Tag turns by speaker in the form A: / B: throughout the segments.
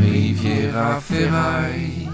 A: pierre à ferraille.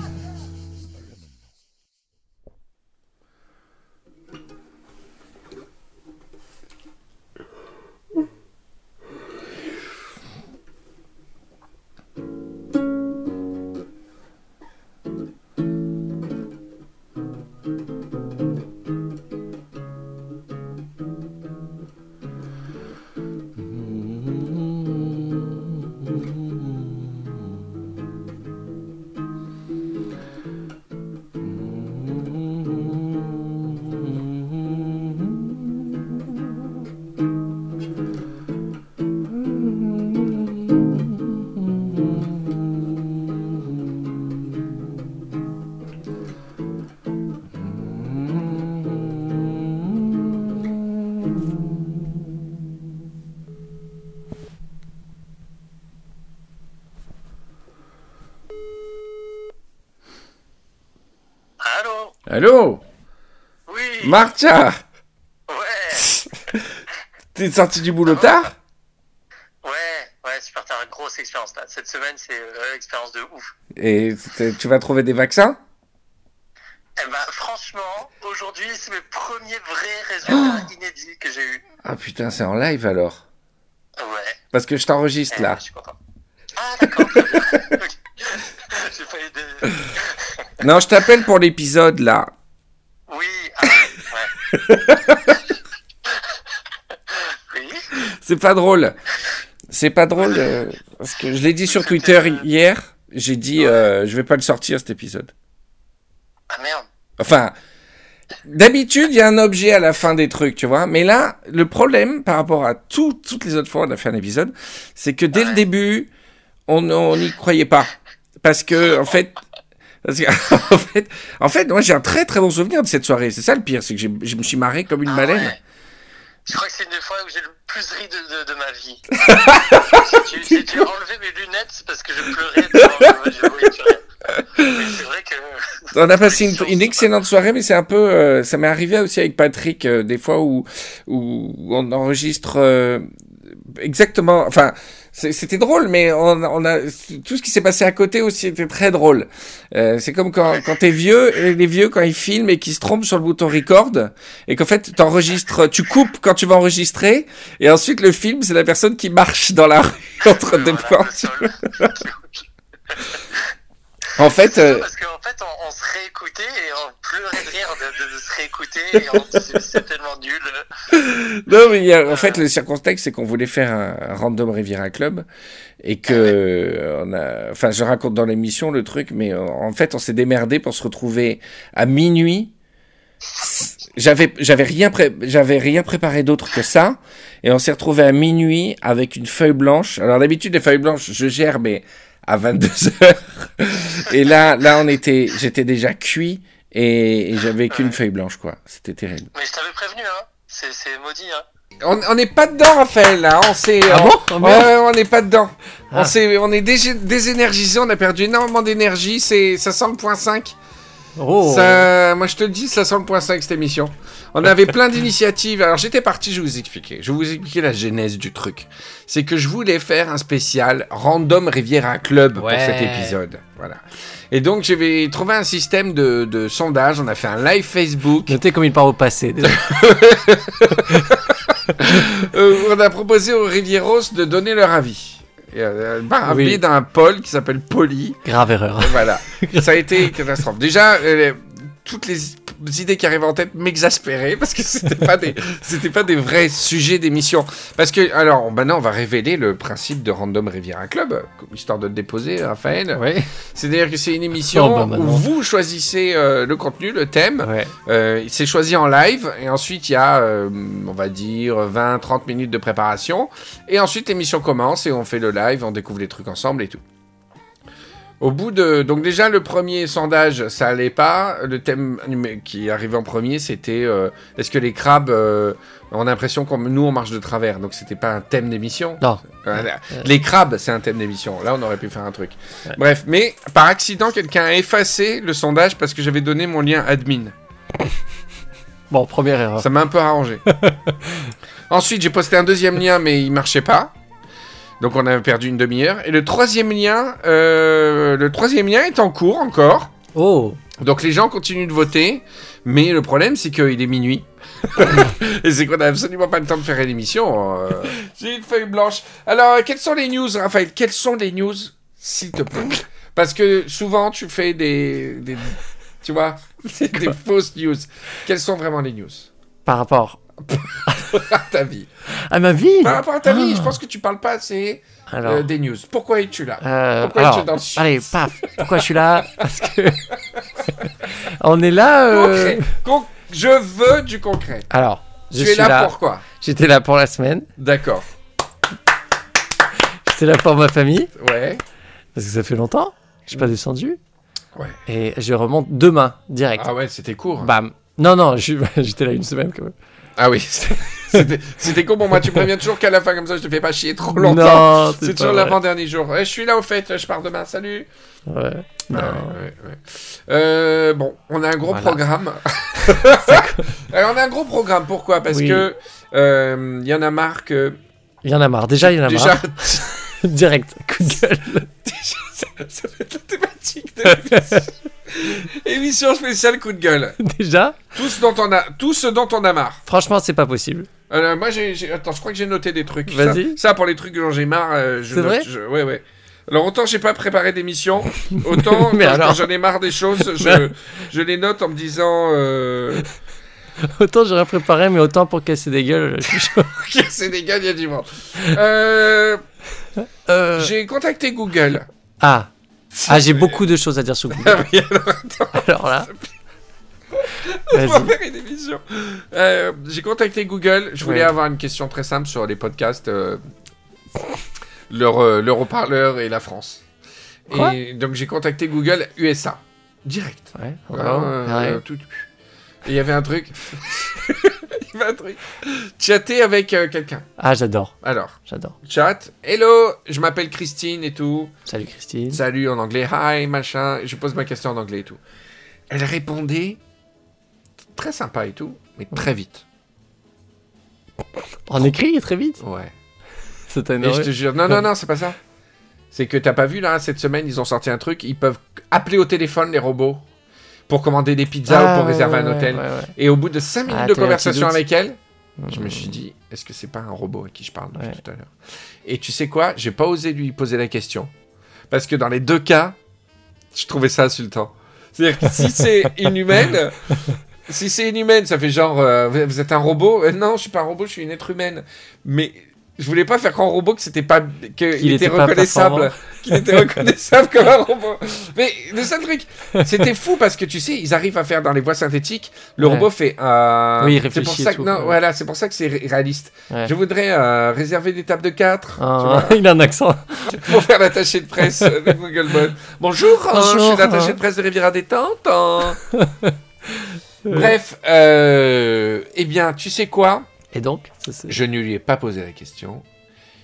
B: Allô
A: Allô
B: Oui
A: Martia
B: Ouais
A: T'es sorti du boulot tard
B: Ouais Ouais, super, t'as une grosse expérience là. Cette semaine, c'est euh, l'expérience de ouf.
A: Et t'es- tu vas trouver des vaccins
B: Eh ben, franchement, aujourd'hui, c'est mes premiers vrais résultats inédits que j'ai eu.
A: Ah putain, c'est en live alors.
B: Ouais.
A: Parce que je t'enregistre
B: Eh,
A: là.
B: Je suis content. Ah, d'accord. Ok. j'ai pas eu de.
A: Non, je t'appelle pour l'épisode là.
B: Oui, ah, ouais. oui,
A: C'est pas drôle. C'est pas drôle euh, parce que je l'ai dit sur
B: C'était,
A: Twitter
B: euh,
A: hier. J'ai dit euh, je vais pas le sortir cet épisode.
B: ah merde.
A: Enfin, d'habitude il y a un objet à la fin des trucs, tu vois. Mais là, le problème par rapport à tout- toutes les autres fois où on a fait un épisode, c'est que dès le
B: Ouais.
A: début, on on n'y croyait pas parce que en fait. Parce que, en fait, en fait, moi j'ai un très très bon souvenir de cette soirée. C'est ça le pire, c'est que j'ai- je me suis marré comme une
B: Ah
A: baleine.
B: ouais. Je crois que c'est une des fois où j'ai le plus ri de, de, de ma vie. J'ai dû- j'ai dû enlever mes lunettes parce que je pleurais devant le- je voyais plus rien. Mais c'est vrai que.
A: On a passé une, une excellente soirée, mais c'est un peu, euh, ça m'est arrivé aussi avec Patrick euh, des fois où où on enregistre euh, exactement. Enfin, c'est- c'était drôle, mais on, on a tout ce qui s'est passé à côté aussi était très drôle. Euh, c'est comme quand quand t'es vieux, et les vieux quand ils filment et qu'ils se trompent sur le bouton record et qu'en fait t'enregistres, tu coupes quand tu vas enregistrer et ensuite le film c'est la personne qui marche dans la rue entre deux
B: euh, Voilà, le
A: portes.
B: sol.
A: En fait.
B: C'est
A: euh,
B: ça, Parce qu'en fait, on, on se réécoutait et on pleurait de rire de, de- de se réécouter et on disait c'est tellement nul.
A: Non, mais il y a- en fait, le circonstance, c'est qu'on voulait faire un, un random Riviera Club et que euh, on a, enfin, je raconte dans l'émission le truc, mais euh, en fait, on s'est démerdé pour se retrouver à minuit. J'avais, j'avais rien, pré- j'avais rien préparé d'autre que ça, et on s'est retrouvé à minuit avec une feuille blanche. Alors d'habitude, les feuilles blanches, je gère, mais à 22 heures. Et là, là, on était, j'étais déjà cuit et, et j'avais qu'une feuille blanche, quoi. C'était terrible.
B: Mais je t'avais prévenu, hein. C'est c'est maudit, hein.
A: On on n'est pas dedans, Raphaël, là. On s'est.
C: Ah
A: on-
C: bon Ah
A: Ouais,
C: merde.
A: ouais, on n'est pas dedans. On
C: Ah.
A: s'est, on est dég- désénergisé. On a perdu énormément d'énergie. C'est, ça sent le point 5.
C: Oh.
A: Ça, moi, je te le dis, ça sent le point 5 cette émission. On avait plein d'initiatives. Alors, j'étais parti. Je vais vous expliquer. Je vais vous expliquer la genèse du truc. C'est que je voulais faire un spécial random Riviera Club
C: Ouais.
A: pour cet épisode. Voilà. Et donc, j'avais trouvé un système de, de sondage. On a fait un live Facebook.
C: Notez comme il part au passé. déjà.
A: Euh, on a proposé aux Rivieros de donner leur avis. Et, euh, bah, un
C: Oui.
A: billet d'un pôle qui s'appelle Poli.
C: Grave erreur.
A: Voilà. Ça a été une catastrophe. Déjà, euh, toutes les idées qui arrivaient en tête m'exaspéraient parce que c'était pas des c'était pas des vrais sujets d'émission parce que alors maintenant on va révéler le principe de Random Riviera Club histoire de le déposer Raphaël
C: Ouais.
A: c'est-à-dire que c'est une émission
C: Oh, bah,
A: où
C: maintenant.
A: vous choisissez euh, le contenu le thème
C: Ouais.
A: euh, c'est choisi en live et ensuite il y a, euh, on va dire, 20-30 minutes de préparation. Et ensuite l'émission commence et on fait le live, on découvre les trucs ensemble et tout. Au bout de... Donc déjà le premier sondage, ça allait pas. Le thème numé- qui arrivait en premier, c'était euh, est-ce que les crabes... euh, on a l'impression qu'on nous on marche de travers, donc c'était pas un thème d'émission.
C: Non.
A: Euh, les crabes, c'est un thème d'émission. Là, on aurait pu faire un truc. Bref, mais par accident, quelqu'un a effacé le sondage parce que j'avais donné mon lien admin.
C: Bon, première
D: Ah.
C: erreur.
A: Ça m'a un peu arrangé. Ensuite, j'ai posté un deuxième lien, mais il marchait pas. Donc on a perdu une demi-heure. Et le troisième lien, euh, le troisième lien est en cours encore.
D: Oh,
A: Donc les gens continuent de voter, mais le problème c'est qu'il est minuit. et c'est qu'on n'a absolument pas le temps de faire une émission. euh. J'ai une feuille blanche. Alors, euh, quelles sont les news, Raphaël Quelles sont les news, s'il te plaît Parce que souvent tu fais des, des- tu vois, des, des fausses news. Quelles sont vraiment les news
D: par rapport
A: à ta vie
D: à ma vie.
A: Par rapport à ta vie,
D: Ah.
A: je pense que tu parles pas assez euh,
D: Alors,
A: des news. Pourquoi es-tu là
D: euh,
A: pourquoi
D: alors,
A: tu es dans le sud
D: allez, paf. Pourquoi je suis là Parce que on est là. euh,
A: Concret. Con- Je veux du concret.
D: Alors, je
A: tu es
D: suis
A: là,
D: là.
A: pourquoi
D: J'étais là pour la semaine.
A: D'accord.
D: J'étais là pour ma famille
A: Ouais.
D: parce que ça fait longtemps. Je suis pas descendu
A: Mm. Ouais.
D: et je remonte demain direct.
A: Ah ouais, c'était court.
D: Bam. Non, non, je suis- j'étais là une semaine quand même.
A: Ah oui, c'était- c'était c'était con. Bon, moi, tu préviens toujours qu'à la fin, comme ça, je te fais pas chier trop longtemps.
D: Non,
A: C'est
D: pas
A: toujours
D: vrai.
A: l'avant-dernier jour. Eh, je suis là, au fait, je pars demain, salut.
D: Ouais.
A: Ah
D: Non.
A: ouais, ouais, ouais. Euh, bon, on a un gros
D: Voilà.
A: programme. Alors, on a un gros programme, pourquoi Parce
D: Oui.
A: que euh, il y en a marre que.
D: Il y en a marre. Déjà, il y en a
A: Déjà,
D: marre. Direct. Coup de gueule.
A: ça, ça va être la thématique de l'émission. Émission spéciale coup de gueule.
D: Déjà,
A: Tout ce dont on a, tout ce dont on a marre.
D: franchement, c'est pas possible.
A: Euh, moi, j'ai, j'ai- Attends, je crois que j'ai noté des trucs.
D: Vas-y.
A: Ça, ça, pour les trucs dont j'ai marre, euh, je
D: C'est
A: note-
D: vrai
A: je- Ouais, ouais. Alors, autant j'ai pas préparé d'émission, autant
D: Mais
A: quand
D: alors
A: j'en ai marre des choses, je, je les note en me disant euh,
D: Autant j'aurais préparé, mais autant pour casser des gueules. je suis chaud.
A: que c'est des gars, il y a du monde. Euh,
D: Euh,
A: J'ai contacté Google.
D: Ah, ah j'ai beaucoup de choses à dire sur Google.
A: Oui, alors,
D: Alors là.
A: on va
D: Vas-y.
A: faire une émission. Euh, j'ai contacté Google. Je voulais
D: Ouais.
A: avoir une question très simple sur les podcasts, euh, leur, euh, leur haut-parleur et la France.
D: Quoi
A: et donc, j'ai contacté Google USA. Direct.
D: Ouais,
A: Vraiment,
D: ouais,
A: euh,
D: Oh. Ah ouais.
A: tout- Et il y avait un truc. il y avait un truc. Chatter avec euh, quelqu'un.
D: Ah, j'adore,
A: Alors,
D: j'adore.
A: chat. Hello, je m'appelle Christine et tout.
D: Salut Christine.
A: Salut en anglais. Hi, machin. Je pose ma question en anglais et tout. Elle répondait très sympa et tout, mais très vite.
D: On écrit très vite
A: Ouais.
D: Ça t'a
A: Et je te
D: énervé
A: jure, non, non, non, c'est pas ça. C'est que t'as pas vu là, cette semaine, ils ont sorti un truc. Ils peuvent appeler au téléphone les robots pour commander des pizzas
D: Ah,
A: ou pour
D: ouais,
A: réserver
D: ouais,
A: un hôtel.
D: ouais, ouais.
A: Et au bout de 5 minutes
D: Ah,
A: de
D: t'as eu un
A: conversation
D: petit
A: avec elle, je me suis dit, est-ce que c'est pas un robot à qui je parle depuis
D: Ouais.
A: tout à l'heure Et tu sais quoi J'ai pas osé lui poser la question. Parce que dans les deux cas, je trouvais ça insultant. C'est-à-dire que si c'est une humaine, si c'est une humaine, ça fait genre, euh, vous vous êtes un robot Euh, Non, je suis pas un robot, je suis une être humaine. Mais je voulais pas faire qu'en robot que c'était pas qu'il était,
D: était pas
A: reconnaissable,
D: performant.
A: qu'il était reconnaissable comme un robot. Mais le seul truc, c'était fou parce que tu sais, ils arrivent à faire dans les voix synthétiques, le
D: Ouais.
A: robot fait. euh,
D: Oui, il
A: c'est pour
D: réfléchit et
A: ça que
D: tout,
A: non,
D: ouais.
A: voilà, c'est pour ça que c'est ré- réaliste.
D: Ouais.
A: Je voudrais euh, réserver des tables de 4
D: Ah, il a un accent.
A: pour faire l'attaché de presse euh, de Googlebot. Bonjour, hein, je suis
D: Bonjour,
A: l'attaché
D: hein.
A: de presse de Riviera Détente. hein. Bref, euh, eh bien, tu sais quoi
D: Et donc ça, c'est-
A: Je ne lui ai pas posé la question.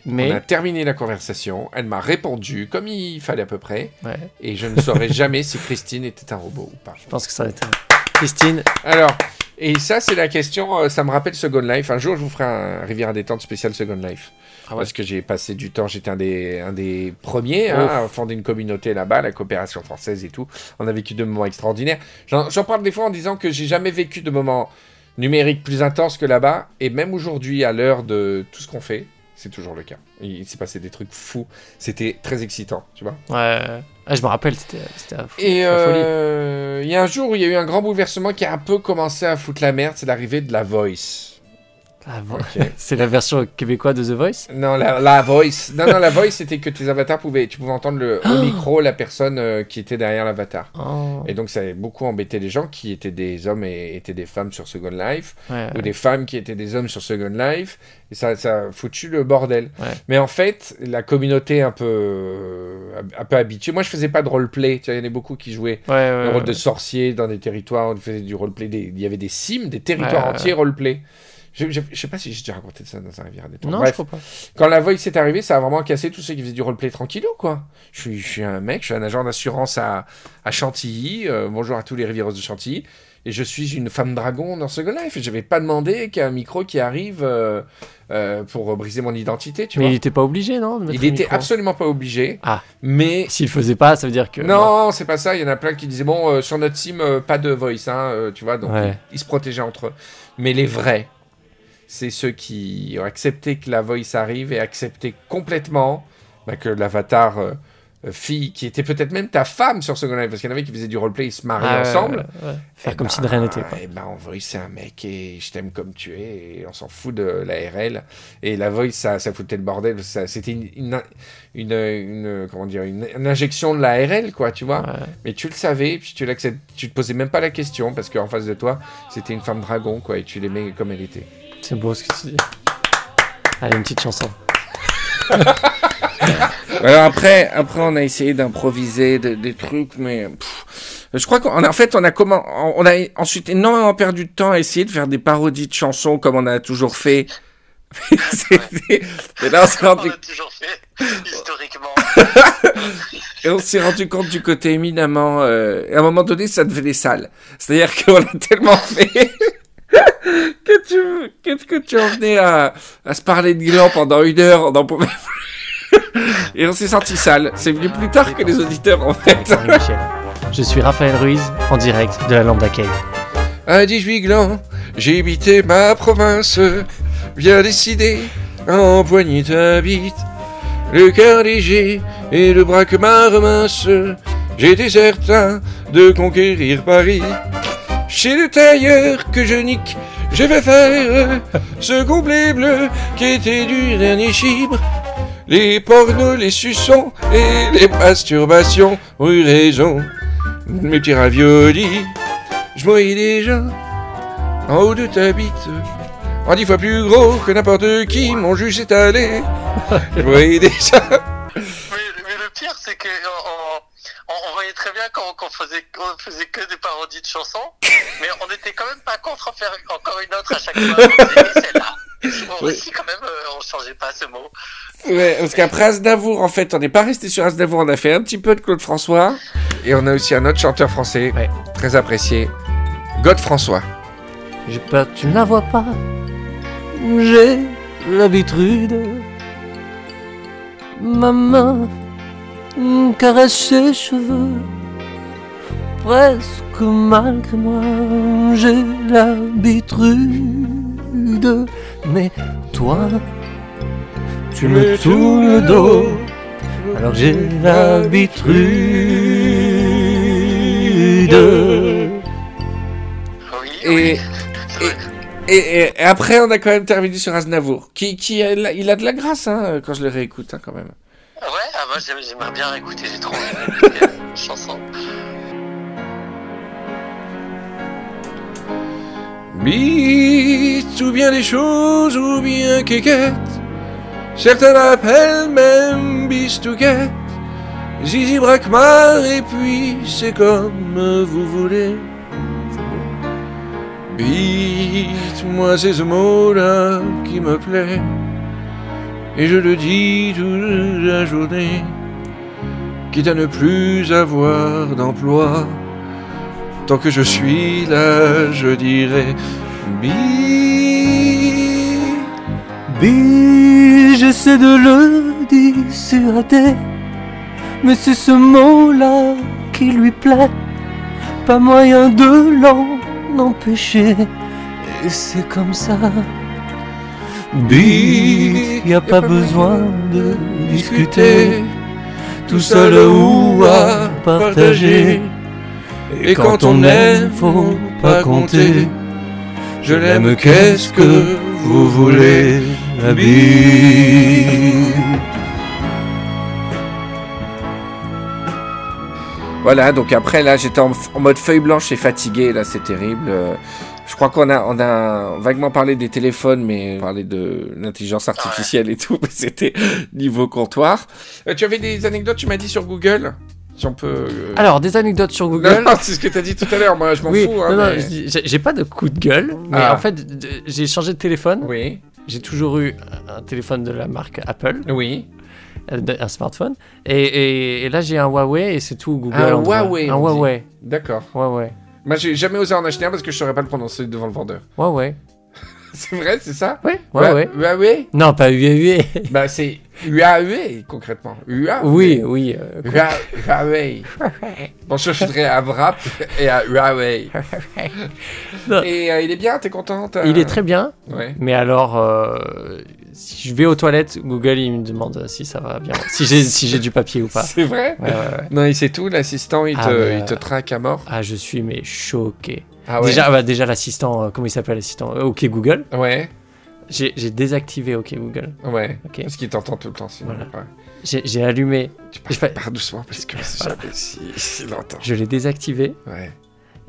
A: On a
D: Mais.
A: terminé la conversation. Elle m'a répondu comme il fallait à peu près.
D: Ouais,
A: Et je ne saurais jamais si Christine était un robot ou pas.
D: je pense que ça va être. Christine,
A: Alors, et ça, c'est la question. euh, ça me rappelle Second Life. Un jour, je vous ferai un Rivière détente spécial Second Life.
D: Ah ouais.
A: Parce que j'ai passé du temps. J'étais un des, un des premiers hein,
D: Ouf.
A: à fonder une communauté là-bas, la coopération française et tout. On a vécu de moments extraordinaires. J'en j'en parle des fois en disant que j'ai jamais vécu de moments numériques plus intenses que là-bas. Et même aujourd'hui, à l'heure de tout ce qu'on fait, c'est toujours le cas. Il, il s'est passé des trucs fous. C'était très excitant, tu vois.
D: ouais. Ah, je me rappelle, c'était c'était à fond.
A: Et
D: La folie.
A: euh, il y a un jour où il y a eu un grand bouleversement qui a un peu commencé à foutre la merde, c'est l'arrivée de la Voice.
D: Ah, bon.
A: Ok.
D: C'est la version québécoise de The Voice
A: Non, la, la Voice. Non, non, la Voice, c'était que tes avatars pouvaient, tu pouvais entendre le,
D: Ah.
A: au micro la personne euh, qui était derrière l'avatar.
D: Oh,
A: Et donc ça avait beaucoup embêté les gens qui étaient des hommes et étaient des femmes sur Second Life,
D: ouais,
A: ou des femmes qui étaient des hommes sur Second Life, et ça, ça a foutu le bordel.
D: Ouais.
A: Mais en fait, la communauté un peu, un peu habituée, moi je faisais pas de roleplay, tu vois, il y en a beaucoup qui jouaient
D: ouais, ouais,
C: Euh,
A: le
D: ouais,
A: rôle de
D: ouais.
A: sorcier dans des territoires, on faisait du roleplay, des- il y avait des cimes, des territoires
D: Ouais, ouais,
A: entiers roleplay. Je, je, je sais pas si j'ai déjà raconté ça dans un rivière des temps.
C: Non, je
A: Bref,
C: crois pas.
A: quand la Voice est arrivée, ça a vraiment cassé tous ceux qui faisaient du roleplay tranquillou, quoi. Je suis, je suis un mec, je suis un agent d'assurance à, à Chantilly. euh, bonjour à tous les rivieros de Chantilly. Et je suis une femme dragon dans Second Life. Je vais pas demander qu'il y ait un micro qui arrive euh, euh, pour briser mon identité, tu
C: Mais il
A: vois.
C: était pas obligé, non de mettre
A: Il
C: un
A: était
C: micro
A: absolument pas obligé.
C: Ah.
A: Mais
C: S'il faisait pas, ça veut dire que.
A: non, c'est pas ça. Il y en a plein qui disaient bon, euh, sur notre sim, euh, pas de voice, hein, euh, tu vois. Donc
C: Ouais.
A: ils, ils se protégeaient entre eux. Mais les vrais, c'est ceux qui ont accepté que la voice arrive et accepté complètement bah, que l'avatar euh, euh, fille, qui était peut-être même ta femme sur Second Life, parce qu'il y en avait qui faisaient du roleplay, ils se mariaient
C: Ah, ouais,
A: ensemble.
C: ouais, ouais. Faire
A: Eh
C: comme
A: ben,
C: si de rien n'était. quoi.
A: Eh ben, en voice, c'est un mec et je t'aime comme tu es et on s'en fout de la RL. Et la voice, ça, ça foutait le bordel. ça- C'était une, une, une- une- comment dire, une, une injection de la RL, quoi, tu vois.
C: Ouais.
A: Mais tu le savais, puis tu l'acceptes, tu te posais même pas la question parce qu'en face de toi, c'était une femme dragon, quoi, et tu l'aimais comme elle était.
C: C'est beau ce que tu dis. Allez, une petite chanson.
A: Alors après, après on a essayé d'improviser de- des trucs, mais pff, je crois qu'en en fait on a comment, on a ensuite énormément perdu de temps à essayer de faire des parodies de chansons comme on a toujours fait. C'était- et là on s'est
B: On
A: rendu,
B: l'a toujours fait, historiquement.
A: et on s'est rendu compte du côté éminemment. euh, et à un moment donné, ça devenait sale. C'est-à-dire qu'on a tellement fait. Que tu, que, que tu en venais à, à se parler de gland pendant une heure, on en pouvait plus. Et on s'est senti sale. C'est venu plus tard que les auditeurs, en fait.
C: Avec Henri Michel. Je suis Raphaël Ruiz en direct de la Lambda Cave.
A: À 18 glands, j'ai habité ma province. Bien décidé à empoigner ta bite. Le cœur léger et le bras que ma remince. J'étais certain de conquérir Paris. Chez le tailleur que je nique, je vais faire ce complet bleu qui était du dernier chibre. Les pornos, les suçons et les masturbations ont eu raison. Mes petits raviolis. Je voyais des gens en haut de ta bite, en dix fois plus gros que n'importe qui, mon juge est allé. Je voyais des gens.
B: Mais, mais le pire, c'est que euh, on, on- on voyait très bien qu'on qu'on faisait, qu'on faisait que des parodies de chansons, mais on était quand même pas contre en faire encore une autre à chaque fois. On disait, Et celle-là. On
A: Oui.
B: réussit quand même, euh, on changeait pas ce mot.
A: Ouais, parce qu'après Aznavour, en fait, on n'est pas resté sur Aznavour, on a fait un petit peu de Claude François. Et on a aussi un autre chanteur français,
C: Ouais.
A: très apprécié, God François.
C: J'ai peur que tu ne la vois pas. J'ai l'habitude. Ma main caresse ses cheveux. Presque malgré moi, j'ai l'habitude. Mais toi, tu me tournes le dos. Alors que j'ai l'habitude.
B: Oui,
A: Et,
B: oui. c'est vrai.
A: et, et- et après, on a quand même terminé sur Aznavour, qui, qui a- il a de la grâce hein, quand je le réécoute, hein, quand même.
B: Ouais, ah, moi j'aime- j'aimerais bien écouter, j'ai trop envie d'écouter euh, une chanson.
A: Bite, ou bien des choses, ou bien quéquette. Certains l'appellent même bistouquette. Zizi Brakmar, et puis c'est comme vous voulez. Bite, moi c'est ce mot-là qui me plaît. Et je le dis toute la journée. Quitte à ne plus avoir d'emploi. Tant que je suis là, je dirai bi.
C: Bi, j'essaie de le dissuader, mais c'est ce mot-là qui lui plaît. Pas moyen de l'en empêcher, et c'est comme ça. Bi, y a pas besoin de discuter, tout seul ou à partager. Et quand on aime, faut pas compter. Je l'aime, qu'est-ce que vous voulez La bite.
A: Voilà, donc après là, j'étais en, en mode feuille blanche et fatigué, là c'est terrible. Euh, je crois qu'on a, on a vaguement parlé des téléphones, mais parlé de l'intelligence Euh, artificielle et tout, mais c'était niveau comptoir. tu avais des anecdotes, tu m'as dit sur Google Si on peut. euh,
D: Alors, des anecdotes sur
A: Non,
D: Ah, Google.
A: non, c'est ce que t'as dit tout à l'heure, moi je m'en
D: oui,
A: fous. hein,
D: non, non,
A: mais-
D: je dis- j'ai j'ai pas de coup de gueule, mais
A: Ah.
D: en fait, de- j'ai changé de téléphone.
A: Oui,
D: J'ai toujours eu un téléphone de la marque Apple,
A: oui.
D: euh, de- un smartphone. Et, et- et là, j'ai un Huawei et c'est tout Google.
A: Un
D: en droit.
A: Huawei,
D: Un
A: on dit.
D: Huawei.
A: D'accord.
D: Huawei.
A: Moi j'ai jamais osé en acheter un parce que je saurais pas le prononcer devant le vendeur.
D: Huawei.
A: C'est vrai, c'est ça
D: Oui, Huawei.
A: Huawei
D: Non, pas Huawei.
A: Bah c'est Huawei concrètement. E. Huawei.
D: oui, oui. euh,
A: Hua- Huawei. Bon, je chercherai à Vrap et à Huawei.
D: Non.
A: et euh, il est bien, t'es contente euh
D: Il est très bien,
A: Ouais.
D: mais alors, euh, si je vais aux toilettes, Google, il me demande si ça va bien, si j'ai si j'ai du papier ou pas.
A: C'est vrai
D: Ouais, ouais, ouais.
A: Non, il sait tout, l'assistant, il,
D: Ah,
A: te,
D: mais,
A: il te
D: euh,
A: traque à mort.
D: Ah, je suis mais choqué.
A: Ah ouais
D: Déjà, bah, déjà l'assistant, euh, comment il s'appelle l'assistant Euh, Ok Google.
A: Ouais,
D: J'ai j'ai désactivé Ok Google.
A: ouais.
D: Ok.
A: Parce qu'il t'entend tout le temps, sinon.
D: Voilà.
A: ouais.
D: J'ai j'ai allumé,
A: Tu
D: Je fais-
A: parles, parle doucement parce que c'est jamais si, si longtemps.
D: je l'ai désactivé,
A: Ouais,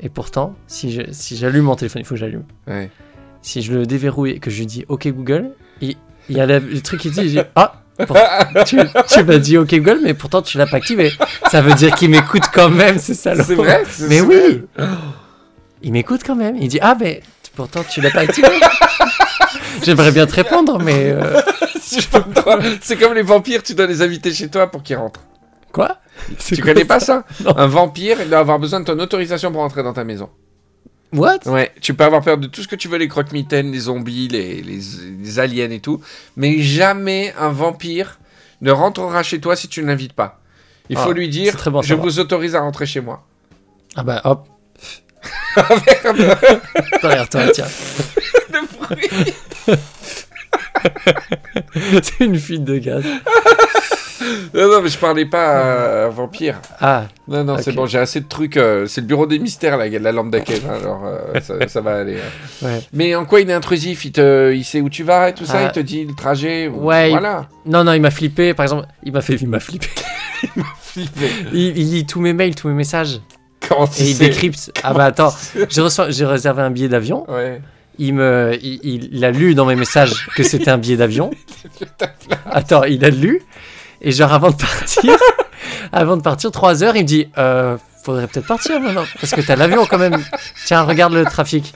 D: et pourtant, si je- si j'allume mon téléphone, il faut que j'allume.
A: ouais.
D: Si je le déverrouille et que je lui dis Ok Google, il, il y a la- le truc qui dit j'ai- Ah pour- tu, tu m'as dit OK Google, mais pourtant tu l'as pas activé. Ça veut dire qu'il m'écoute quand même, ce salaud.
A: C'est vrai c'est-
D: Mais
A: c'est
D: oui Il m'écoute quand même. Il dit Ah, mais t- pourtant tu l'as pas activé. J'aimerais bien te répondre, mais. euh,
A: vrai. Je m'entends. C'est comme les vampires, tu dois les inviter chez toi pour qu'ils rentrent.
D: quoi
A: Tu connais pas ça
D: Non.
A: Un vampire, il doit avoir besoin de ton autorisation pour entrer dans ta maison.
D: What
A: Ouais, tu peux avoir peur de tout ce que tu veux, les croque-mitaines, les zombies, les, les, les aliens et tout, mais jamais un vampire ne rentrera chez toi si tu ne l'invites pas. Il
D: Ah,
A: faut lui dire,
D: c'est très bon à
A: je
D: savoir.
A: vous autorise à rentrer chez moi.
D: Ah, bah hop. Ah, Derrière toi, tiens. C'est une fuite de gaz.
A: Non, non, mais je parlais pas à un vampire.
D: Ah,
A: Non, non, c'est
D: Ok.
A: bon, j'ai assez de trucs. euh, c'est le bureau des mystères, la, la lampe d'Aken, hein, alors euh, ça, ça va aller. hein.
D: ouais.
A: Mais en quoi il est intrusif il, te, il sait où tu vas et tout ça,
D: Ah.
A: il te dit le trajet. ou-
D: Ouais, il-
A: Voilà.
D: Non, non, il m'a flippé. Par exemple, il m'a fait. Il m'a flippé.
A: Flippé.
D: Il, il lit tous mes mails, tous mes messages.
A: Quand
D: Et
A: il
D: il décrypte. Ah, bah attends, j'ai reçois- j'ai réservé un billet d'avion.
A: Ouais.
D: il me, il, il- il a lu dans mes messages que c'était un billet d'avion. Attends, il a lu et genre avant de partir, avant de partir trois heures, il me dit, euh, faudrait peut-être partir maintenant parce que t'as l'avion quand même. Tiens, regarde le trafic.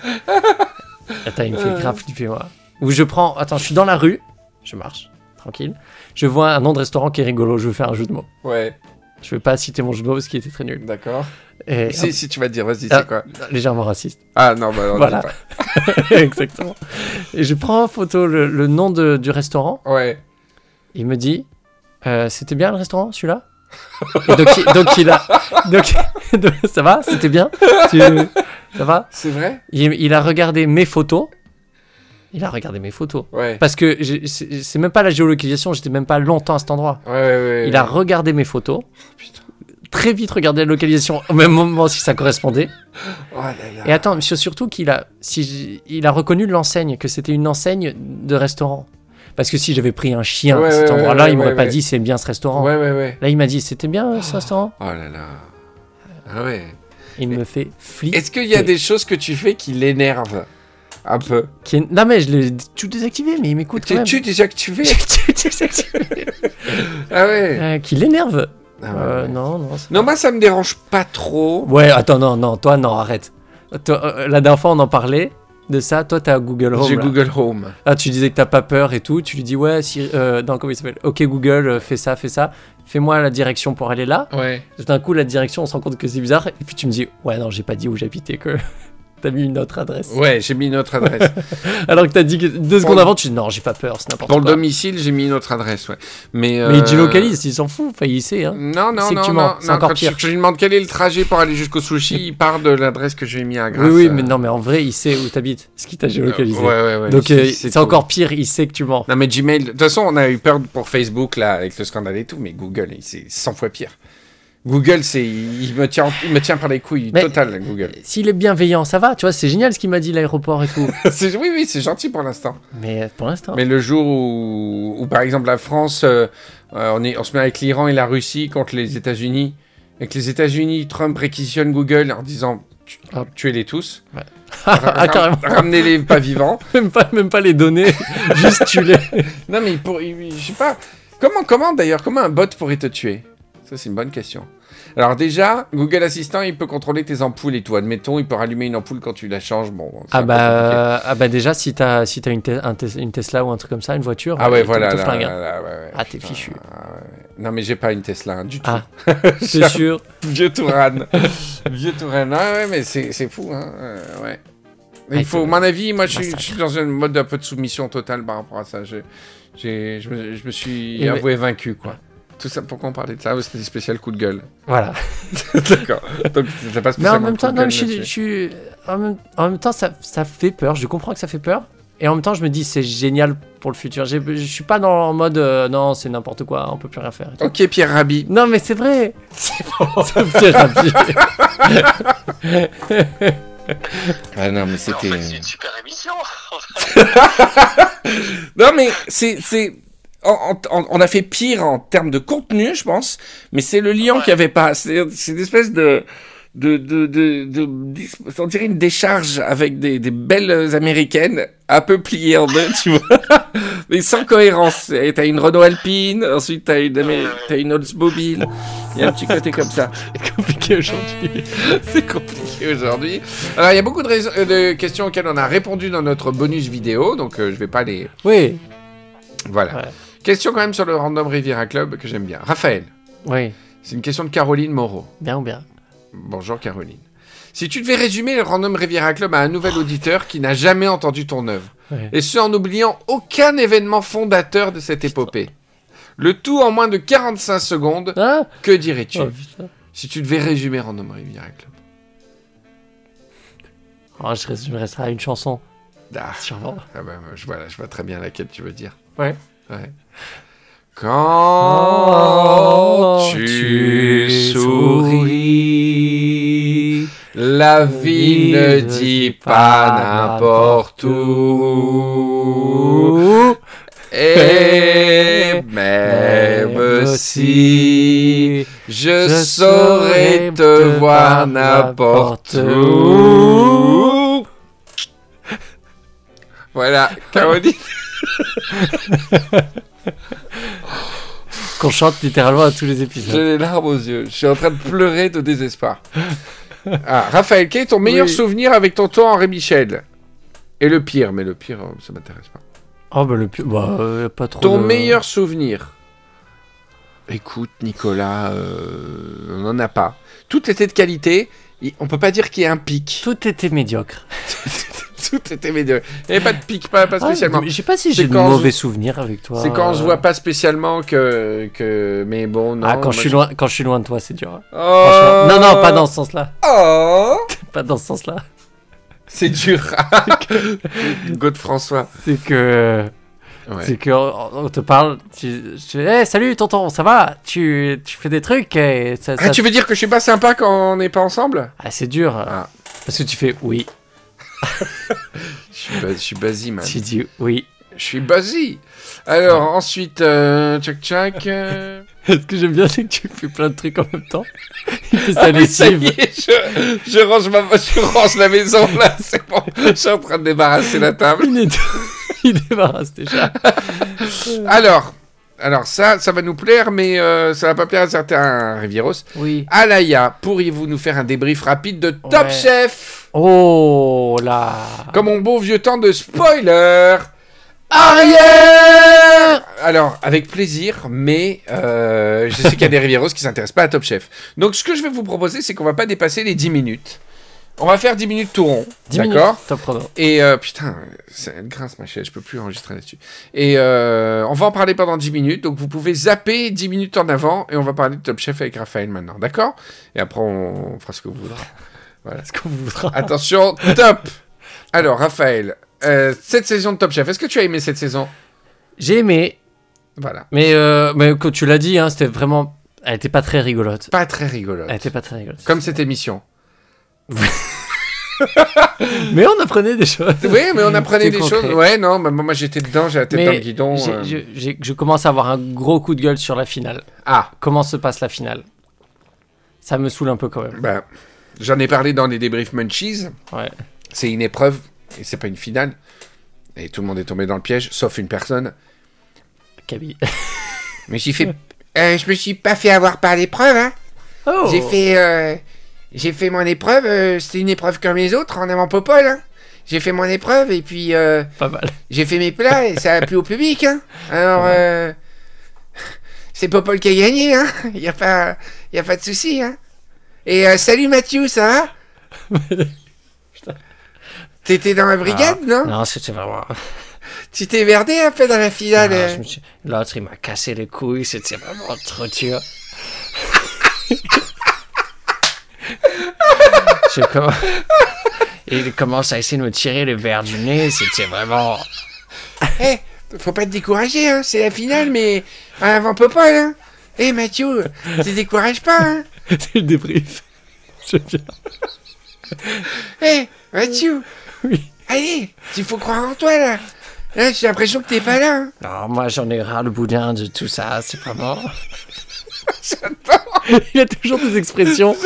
D: Attends, il me fait grave flipper moi. Ou je prends, attends, je suis dans la rue, je marche tranquille, je vois un nom de restaurant qui est rigolo, je veux faire un jeu de mots.
A: Ouais,
D: Je vais pas citer mon jeu de mots parce qu'il était très nul.
A: d'accord.
D: Et,
A: Si, si tu vas dire, vas-y,
D: Ah.
A: c'est quoi
D: légèrement raciste.
A: Ah non, bah on dit
D: Voilà.
A: pas.
D: Exactement. Et je prends en photo le, le nom de- du restaurant.
A: Ouais.
D: Il me dit, Euh, c'était bien le restaurant, celui-là Et donc, il- donc il a, donc, donc, ça va, c'était bien, Tu- ça va.
A: C'est vrai
D: Il, il a regardé mes photos. Il a regardé mes photos.
A: Ouais.
D: Parce que j'ai- c'est c'est même pas la géolocalisation, j'étais même pas longtemps à cet endroit.
A: Ouais, ouais, ouais.
D: Il a regardé mes photos,
A: Putain.
D: très vite regardé la localisation au même moment si ça correspondait.
A: Oh là là.
D: Et attends, monsieur, surtout qu'il a, si j- il a reconnu l'enseigne, que c'était une enseigne de restaurant. Parce que si j'avais pris un chien
A: Ouais,
D: à cet
A: ouais,
D: endroit-là,
A: ouais,
D: il m'aurait
A: ouais,
D: pas
A: ouais.
D: dit c'est bien ce restaurant.
A: Ouais, ouais, ouais.
D: Là, il m'a dit c'était bien euh, ce restaurant.
A: Oh là là. Ah ouais.
D: Il me fait flipper.
A: Est-ce qu'il y a des choses que tu fais qui l'énervent Un peu.
D: Qui est- Non, mais je l'ai tout désactivé, mais il m'écoute quand même.
A: T'es-tu désactivé
D: J'ai tout désactivé.
A: Ah ouais.
D: Euh, Qui l'énerve.
A: Ah ouais,
D: Euh,
A: ouais.
D: Non, non. c'est-
A: Non, moi, ça me dérange pas trop.
D: Ouais, attends, non, non, toi, non, arrête. Toi, euh, la dernière fois, on en parlait de ça. Toi, t'as Google Home.
A: J'ai
D: là.
A: Google Home.
D: Ah, tu disais que t'as pas peur et tout. Tu lui dis, ouais, si. euh, non, comment il s'appelle Ok, Google, euh, fais ça, fais ça. Fais-moi la direction pour aller là.
A: Ouais.
D: Tout d'un coup, la direction, on se rend compte que c'est bizarre. Et puis tu me dis, ouais, non, j'ai pas dit où j'habitais, que t'as mis une autre adresse.
A: Ouais, j'ai mis une autre adresse.
D: Alors que t'as dit que deux
A: Pour
D: secondes
A: le-
D: avant, tu dis, non, j'ai pas peur, c'est n'importe
A: Pour
D: quoi.
A: le domicile, j'ai mis une autre adresse, ouais. Mais,
D: Mais il
A: euh,
D: délocalise, il s'en fout, enfin il sait. Hein.
A: Non, non,
D: C'est que
A: non,
D: tu
A: non,
D: mens, c'est
A: non,
D: encore
A: quand je-
D: pire.
A: Je, lui demande quel est le trajet pour aller jusqu'au sushi, il part de l'adresse que j'ai mis à Grasse.
D: oui, oui,
A: euh,
D: mais non, mais en vrai, il sait où t'habites, ce qui t'a
A: euh,
D: géolocalisé.
A: ouais, ouais, ouais.
D: Donc
A: il-
D: euh,
A: il sait
D: c'est
A: tout.
D: encore pire, il sait que tu mens.
A: Non mais Gmail, de toute façon on a eu peur pour Facebook là avec le scandale et tout, mais Google il- c'est 100 fois pire. Google c'est il me tient il me tient par les couilles
D: Mais-
A: total Google.
D: S'il est bienveillant, ça va, tu vois, c'est génial ce qu'il m'a dit l'aéroport et tout.
A: C'est- oui oui c'est gentil pour l'instant.
D: mais euh, pour l'instant.
A: Mais le jour où, où, par exemple la France euh, euh, on est on se met avec l'Iran et la Russie contre les États-Unis et que les États-Unis Trump réquisitionne Google en disant tu-
D: Hop.
A: tuez-les tous,
D: ah, carrément,
A: ramenez-les pas vivants.
D: même pas, même pas les données, juste tu les.
A: Non mais pour, il- il- je sais pas comment comment d'ailleurs comment un bot pourrait te tuer. Ça, Ça, c'est une bonne question. Alors déjà, Google Assistant, il peut contrôler tes ampoules et tout. Admettons, il peut rallumer une ampoule quand tu la changes. Bon, c'est un
D: Ah
A: peu
D: bah, ah bah déjà, si t'as si t'as une, te- un te- une Tesla ou un truc comme ça, une voiture,
A: Ah ouais,
D: ils te-
A: voilà.
D: te
A: là,
D: flinguent.
A: là, là, ouais, ouais,
D: Ah, t'es
A: putain,
D: fichu.
A: ah, ouais, ouais. Non, mais j'ai pas une Tesla hein, du tout.
D: Ah, c'est sûr.
A: Vieux Tourane. Vieux Tourane. Ah ouais, mais c'est c'est fou. Hein. euh, ouais. Mais
D: Ah,
A: Il faut,
D: c'est-
A: à mon avis, moi, je suis,
D: massacre.
A: je suis dans un mode un peu de soumission totale par rapport à ça. Je, j'ai- je, me, je me suis
D: Et
A: avoué vaincu, quoi. Tout ça, pourquoi on parlait de ça Ah, C'était des spécial coup de gueule.
D: Voilà.
A: D'accord. Donc, t'as pas
D: Mais en
A: spécialement de
D: même
A: coup
D: temps,
A: de
D: non,
A: gueule
D: mais je, suis- je
A: là-dessus.
D: suis. En même, en même temps, ça, ça fait peur. Je comprends que ça fait peur. Et en même temps, je me dis, c'est génial pour le futur. J'ai- Je suis pas dans en mode, euh, non, c'est n'importe quoi, on peut plus rien faire. et tout.
A: Ok, Pierre Rabhi.
D: Non, mais c'est vrai. C'est bon. Ça me fait rappeler.
A: Ah non, mais
B: Mais en fait, c'est une super émission. Ah
A: Non, mais c'est. c'est- en- en- en- on a fait pire en termes de contenu, je pense, mais c'est le lien
B: Ouais.
A: qu'il n'y avait pas. C'est c'est une espèce de. De, de, de, de, dis- on dirait une décharge avec des, des belles américaines un peu pliées en deux, tu vois, mais sans cohérence. Et T'as une Renault Alpine, ensuite t'as une, Amé- t'as une Oldsmobile, il y a un petit côté comme ça.
D: C'est compliqué aujourd'hui.
A: C'est compliqué aujourd'hui. Alors il y a beaucoup de, rais- euh, de questions auxquelles on a répondu dans notre bonus vidéo, donc euh, je vais pas les,
D: Oui,
A: Voilà.
D: Ouais.
A: Question quand même sur le Random Riviera Club que j'aime bien. Raphaël,
D: oui,
A: c'est une question de Caroline Moreau.
D: bien ou bien.
A: Bonjour Caroline. Si tu devais résumer le Random Riviera Club à un nouvel auditeur qui n'a jamais entendu ton œuvre,
D: Ouais.
A: et ce en n'oubliant aucun événement fondateur de cette épopée, le tout en moins de 45 secondes,
D: Ah
A: que dirais-tu
D: Oh, putain.
A: si tu devais résumer Random Riviera Club
D: Oh, je résumerais ça à une chanson,
A: Ah,
D: sûrement.
A: ah ben, je, vois, je vois très bien laquelle tu veux dire.
D: Ouais.
A: Ouais.
D: Oh,
A: Quand tu souris. La vie ne dit pas n'importe où, Eh, et même si je saurais te voir n'importe où. Voilà, Caroline.
D: qu'on chante littéralement à tous les
A: J'ai
D: épisodes.
A: les larmes aux yeux. Je suis en train de pleurer de désespoir. Ah, Raphaël, quel est ton meilleur
D: Oui.
A: souvenir avec tonton Henri Michel Et le pire, mais le pire, euh, ça m'intéresse pas.
D: Oh bah le plus, bah euh, pas trop.
A: Ton
D: de-
A: meilleur souvenir Écoute, Nicolas, euh, on n'en a pas. Tout était de qualité. Il- On peut pas dire qu'il y ait un pic.
D: Tout était médiocre.
A: Tout était médiocre. Il n'y avait pas de pic, pas, pas spécialement.
D: Ah, je sais pas si
A: C'est
D: j'ai de
A: quand
D: mauvais
A: je-
D: souvenirs avec toi.
A: C'est quand je vois pas spécialement que. que... Mais bon, non.
D: ah quand
A: moi,
D: je suis loin, quand je suis loin de toi, c'est dur. hein.
A: Oh.
D: Franchement. Non non, pas dans ce sens-là,
A: Oh.
D: pas dans ce sens-là.
A: C'est dur. Gaud François.
D: C'est
A: euh,
D: que
A: Ouais.
D: c'est que on on te parle, tu, tu hey, salut tonton, ça va Tu tu fais des trucs et ça,
A: Ah,
D: ça-
A: tu veux dire que je suis pas sympa quand on n'est pas ensemble
D: Ah, c'est dur
A: Ah.
D: parce que tu fais oui,
A: Je suis, ba- je suis basi, man.
D: tu dis oui.
A: Je suis basi. Alors, ensuite, euh, tchac tchac. euh,
D: Ce que j'aime bien, c'est que tu fais plein de trucs en même temps. Il fait sa
A: Ah, mais ça y
D: lessive.
A: est, je, je range ma, je range la maison là, c'est bon. Je suis en train de débarrasser la table.
D: Il, est... il débarrasse déjà.
A: Alors, alors ça, ça va nous plaire, mais euh, ça va pas plaire à certains Rivieros.
D: Oui.
A: Alaya, pourriez-vous nous faire un débrief rapide de Top
D: Ouais.
A: Chef
D: Oh là.
A: Comme mon beau vieux temps de spoiler Arrière Alors, avec plaisir, mais euh, je sais qu'il y a des Rivieros qui s'intéressent pas à Top Chef. Donc, ce que je vais vous proposer, c'est qu'on va pas dépasser les 10 minutes. On va faire 10 minutes tout rond,
D: 10 minutes.
A: d'accord
D: Top chrono.
A: Et euh, putain, ça- elle grince ma chaise, je peux plus enregistrer là-dessus. Et euh, on va en parler pendant 10 minutes, donc vous pouvez zapper 10 minutes en avant et on va parler de Top Chef avec Raphaël maintenant, d'accord Et après on fera ce que vous voudrez.
D: Est-ce qu'on voudra
A: Attention, top Alors Raphaël, euh, cette saison de Top Chef, est-ce que tu as aimé cette saison
D: J'ai aimé,
A: Voilà.
D: mais euh, mais que tu l'as dit, hein, c'était vraiment. Elle était pas très rigolote.
A: Pas très rigolo.
D: Elle était pas très rigolote.
A: Comme cette émission.
D: Mais on apprenait des choses.
A: Oui, mais on apprenait
D: C'est
A: des
D: concret.
A: choses. Ouais, non, mais moi j'étais dedans, j'ai la tête
D: Mais
A: dans le guidon.
D: j'ai-
A: euh.
D: je, j'ai- je commence à avoir un gros coup de gueule sur la finale.
A: Ah,
D: Comment se passe la finale Ça me saoule un peu quand même.
A: bah, j'en ai parlé dans les débriefs Munchies.
D: Ouais.
A: c'est une épreuve et c'est pas une finale. Et tout le monde est tombé dans le piège, sauf une personne.
D: Camille.
A: Mais j'ai fait, Euh, je me suis pas fait avoir par l'épreuve, hein.
D: Oh.
A: J'ai fait, euh, j'ai fait mon épreuve. euh, c'était une épreuve comme les autres en avant popole. Hein. J'ai fait mon épreuve et puis euh,
D: Pas mal.
A: j'ai fait mes plats et ça a plu au public. Hein. Alors, euh, c'est Popol qui a gagné. Hein. Y a pas, y a pas de souci. Hein. Et euh, salut Mathieu, ça va T'étais dans la brigade, non,
D: Non, c'était vraiment.
A: Tu t'es merdé un peu dans la
D: Ah,
A: finale. euh.
D: je me suis- L'autre, il m'a cassé les couilles, c'était vraiment trop dur. Je comm- Il commence à essayer de me tirer les verres du nez, c'était vraiment.
A: Eh, faut pas te décourager, hein, c'est la finale, mais en avant Popol, hein. Eh Mathieu, tu te décourages pas, hein.
D: C'est le débrief. Je viens.
A: Eh, Mathieu.
D: Oui.
A: Allez, il faut croire en toi, là. Là, j'ai l'impression que t'es pas là, hein.
D: Non, Ah, moi j'en ai ras le boudin de tout ça, c'est vraiment. Il a toujours des expressions.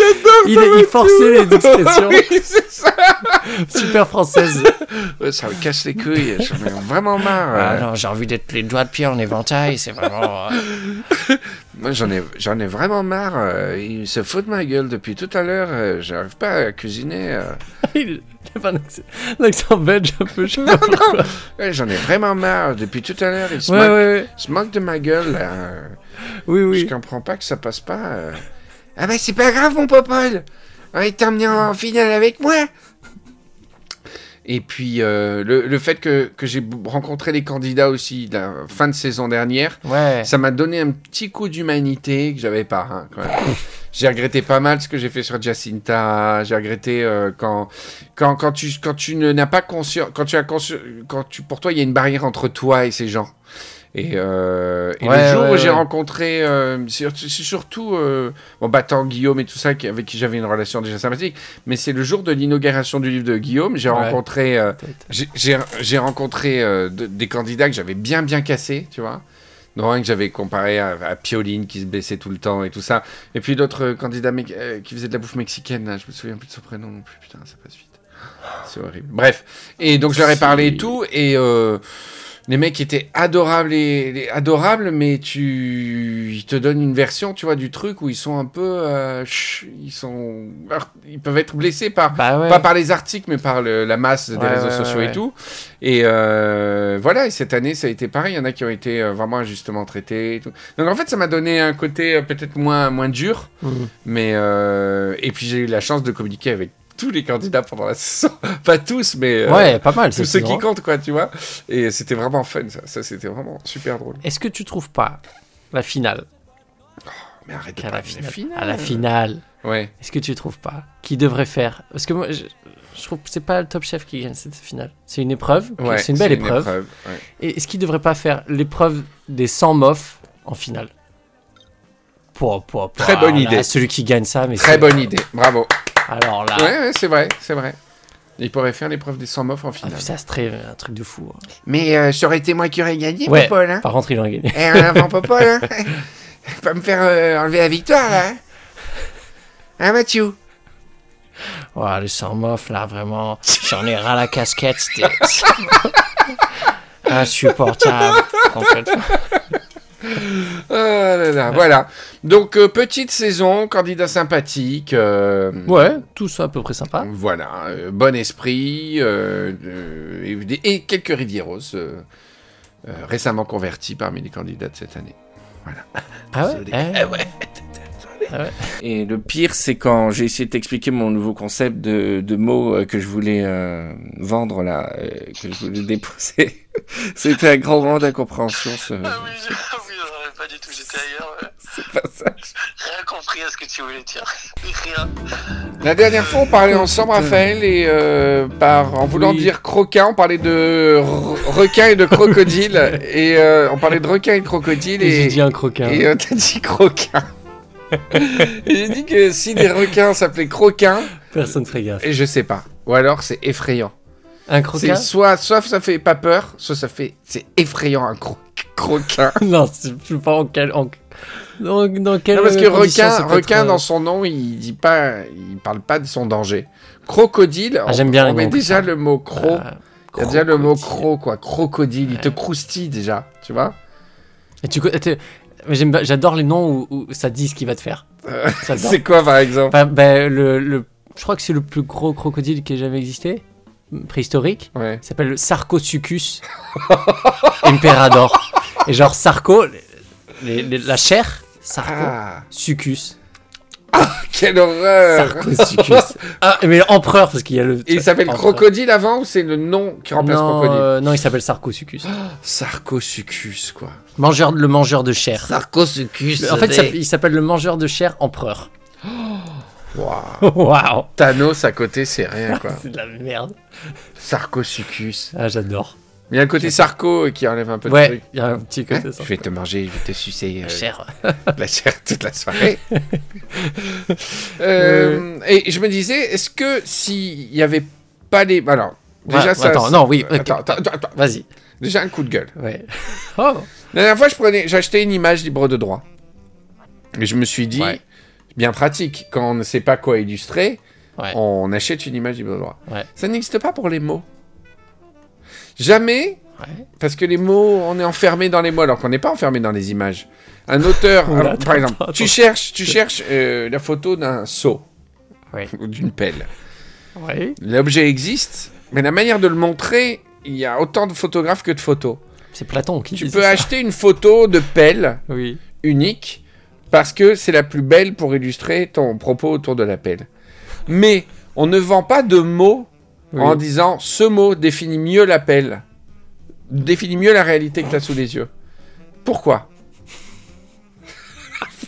D: Il, il forçait les expressions
A: Oui, c'est ça.
D: super françaises.
A: Ça me casse les couilles, j'en ai vraiment marre.
D: Ah
A: euh.
D: non, j'ai envie d'être les doigts de pied en éventail, c'est vraiment. euh,
A: Moi, j'en ai, j'en ai vraiment marre. euh, Il se fout de ma gueule depuis tout à l'heure. euh, J'arrive pas à cuisiner. euh.
D: Il il avait un accent, un accent belge un peu, je sais pas pourquoi.
A: Ouais, j'en ai vraiment marre depuis tout à l'heure. Il se,
D: Ouais,
A: moque,
D: ouais,
A: se moque de ma gueule, là. euh.
D: ouais. Oui,
A: Je
D: oui.
A: comprends pas que ça passe pas. euh. Ah bah c'est pas grave mon popole. On est emmené en finale avec moi. Et puis euh, le, le fait que, que j'ai b- rencontré les candidats aussi de la fin de saison dernière,
D: Ouais.
A: ça m'a donné un petit coup d'humanité que j'avais pas. hein, quand même. J'ai regretté pas mal ce que j'ai fait sur Jacinta. J'ai regretté euh, quand, quand, quand tu, quand tu ne- n'as pas conscience, quand tu as conscience, quand tu, pour toi, il y a une barrière entre toi et ces gens. Et, euh, et
D: Ouais,
A: le jour
D: ouais,
A: où j'ai
D: ouais.
A: rencontré, euh, c'est c'est surtout, euh, bon, battant Guillaume et tout ça, qui- avec qui j'avais une relation déjà sympathique, mais c'est le jour de l'inauguration du livre de Guillaume. J'ai
D: Ouais.
A: rencontré, euh,
D: Peut-être.
A: j'ai- j'ai j'ai rencontré euh, de- des candidats que j'avais bien, bien cassés, tu vois. Non, un que j'avais comparé à, à Pioline qui se baissait tout le temps et tout ça. Et puis d'autres euh, candidats mec- euh, qui faisaient de la bouffe mexicaine, là. je me souviens plus de son prénom non plus, putain, ça passe vite. C'est horrible. Bref. Et donc je leur ai parlé et tout, et euh, les mecs étaient adorables, et, les- adorables, mais tu, ils te donnent une version, tu vois, du truc où ils sont un peu, euh, chut, ils sont, alors, ils peuvent être blessés par
D: Bah ouais.
A: pas par les articles, mais par le- la masse des
D: Ouais,
A: réseaux
D: ouais,
A: sociaux
D: ouais,
A: et
D: ouais.
A: tout. Et euh, voilà, et cette année, ça a été pareil. Il y en a qui ont été euh, vraiment injustement traités et tout. Donc en fait, ça m'a donné un côté euh, peut-être moins, moins dur.
D: Mhm.
A: Mais euh, Et puis j'ai eu la chance de communiquer avec tous les candidats pendant la saison. Pas tous, mais euh,
D: Ouais, pas mal.
A: tous
D: c'est
A: ceux qui
D: drôle.
A: comptent, quoi, tu vois. Et c'était vraiment fun, ça. Ça, c'était vraiment super drôle.
D: Est-ce que tu trouves pas la finale
A: Mais arrête de
D: qu'à la
A: parler de la
D: finale,
A: finale.
D: À la finale.
A: Ouais.
D: Est-ce que tu trouves pas qui devrait faire Parce que moi, je, je trouve que c'est pas le Top Chef qui gagne cette finale. C'est une épreuve. que-
A: ouais,
D: c'est une belle épreuve.
A: ouais.
D: Et est-ce qu'il devrait pas faire l'épreuve des 100 mofs en finale Pouah, pouah, pouah,
A: Très bonne
D: là,
A: idée.
D: Celui qui gagne ça, mais
A: Très
D: c'est-
A: bonne idée. Bravo.
D: Alors là,
A: Ouais, ouais, c'est vrai, c'est vrai. Il pourrait faire l'épreuve des 100 mofs en
D: ah,
A: finale.
D: mais ça serait un truc de fou. hein.
A: Mais euh, ça aurait été moi qui aurais gagné,
D: Ouais.
A: Popol. Hein.
D: Par contre, il en a gagné.
A: Eh, en avant, Popol. Hein. Faut pas me faire euh, enlever la victoire, là. Hein, hein Mathieu
D: Ouah, le sang mof, là, vraiment. J'en ai ras la casquette. C'était insupportable. complètement.
A: Oh là là, Voilà. Donc, euh, petite saison, candidat sympathique. euh,
D: Ouais, tout ça à peu près sympa.
A: Voilà. euh, bon esprit. euh, euh, et, des- et quelques Rivieros euh, euh, récemment convertis parmi les candidats de cette année.
D: Ah ouais,
A: Désolé.
D: eh,
E: Et le pire, c'est quand j'ai essayé de t'expliquer mon nouveau concept de, de mots euh, que je voulais euh, vendre là, euh, que je voulais déposer. C'était un grand moment d'incompréhension. Ce...
B: Ah oui,
A: euh,
B: je- ah oui, j'aurais pas du tout, j'étais ailleurs. ouais.
E: C'est pas ça.
B: Rien compris à ce que tu voulais dire. Rien.
A: La dernière fois, on parlait ensemble, Raphaël, et euh, par, en voulant
D: Oui.
A: dire croquin, on parlait de r- requin et de crocodile. et euh, on parlait de requin et de crocodile.
D: Et J'ai
A: Et,
D: dit un croquin.
A: et euh, t'as dit croquin. et j'ai dit que si des requins s'appelaient croquin,
D: Personne ne ferait gaffe.
A: et je sais pas. Ou alors c'est effrayant.
D: Un
A: C'est
D: croquin
A: soit, soit ça fait pas peur, soit ça fait. C'est effrayant un cro- croquin.
D: Non, c'est- je sais pas en quel. En... Dans, dans quelle
A: Non, parce que
D: euh, condition
A: requin,
D: ça peut
A: requin
D: être, euh,
A: dans son nom, il dit pas, il parle pas de son danger. Crocodile,
D: Ah,
A: on-
D: j'aime bien
A: on
D: les
A: met
D: noms,
A: déjà le mot cro.
D: euh,
A: Il y a déjà le mot
D: crocodile.
A: cro, quoi. Crocodile, il te croustille déjà, tu vois
D: Et tu co- et t'es- mais j'aime pas- j'adore les noms où, où ça dit ce qu'il va te faire. J'adore.
F: C'est quoi par exemple
D: Enfin, ben, le, le- je crois que c'est le plus gros crocodile qui ait jamais existé, préhistorique.
F: Ouais.
D: Il s'appelle le Sarcosuchus Imperador. Et genre Sarco, les- les- la chair, Sarco,
F: Ah,
D: Succus,
F: quelle horreur
D: Sarcosuchus. Ah, mais empereur, parce qu'il y a le.
F: Et Ah. il s'appelle
D: empereur.
F: Crocodile avant ou c'est le nom qui remplace
D: non,
F: Crocodile
D: euh, non, il s'appelle Sarcosuchus.
F: Sarcosuchus, quoi.
D: Mangeur, le mangeur de chair.
F: Sarcosuchus.
D: En fait, il s'appelle- il s'appelle le mangeur de chair empereur.
F: Waouh.
D: Waouh,
F: Thanos à côté, c'est rien, quoi.
D: c'est de la merde.
F: Sarcosuchus.
D: Ah, j'adore.
F: Il y a un côté sarco qui enlève un peu de
D: Ouais,
F: truc.
D: il y a un petit
F: Hein
D: côté ça.
F: je vais te manger, je vais te sucer euh,
D: Chair.
F: la chair toute la soirée. Euh, et je me disais, est-ce que s'il n'y avait pas les. Alors, déjà
D: Ouais,
F: ça.
D: attends,
F: ça-
D: non, oui, ok.
F: Attends, attends, attends, attends.
D: Vas-y.
F: Déjà un coup de gueule.
D: Ouais. Oh.
F: La dernière fois, je prenais, j'achetais une image libre de droit. Et je me suis dit,
D: Ouais.
F: bien pratique, quand on ne sait pas quoi illustrer,
D: Ouais.
F: on achète une image libre de droit.
D: Ouais.
F: Ça n'existe pas pour les mots. Jamais,
D: Ouais.
F: parce que les mots, on est enfermé dans les mots, alors qu'on n'est pas enfermé dans les images. Un auteur,
D: Oula,
F: alors,
D: attends,
F: par exemple,
D: attends,
F: tu
D: attends.
F: cherches, tu cherches euh, la photo d'un seau
D: Ouais.
F: ou d'une pelle.
D: Ouais.
F: L'objet existe, mais la manière de le montrer, il y a autant de photographes que de photos.
D: C'est Platon qui
F: Tu
D: disait
F: peux
D: ça.
F: acheter une photo de pelle
D: Oui.
F: unique parce que c'est la plus belle pour illustrer ton propos autour de la pelle. Mais on ne vend pas de mots
D: Oui.
F: en disant ce mot définit mieux la pelle, définit mieux la réalité que tu as sous les yeux. Pourquoi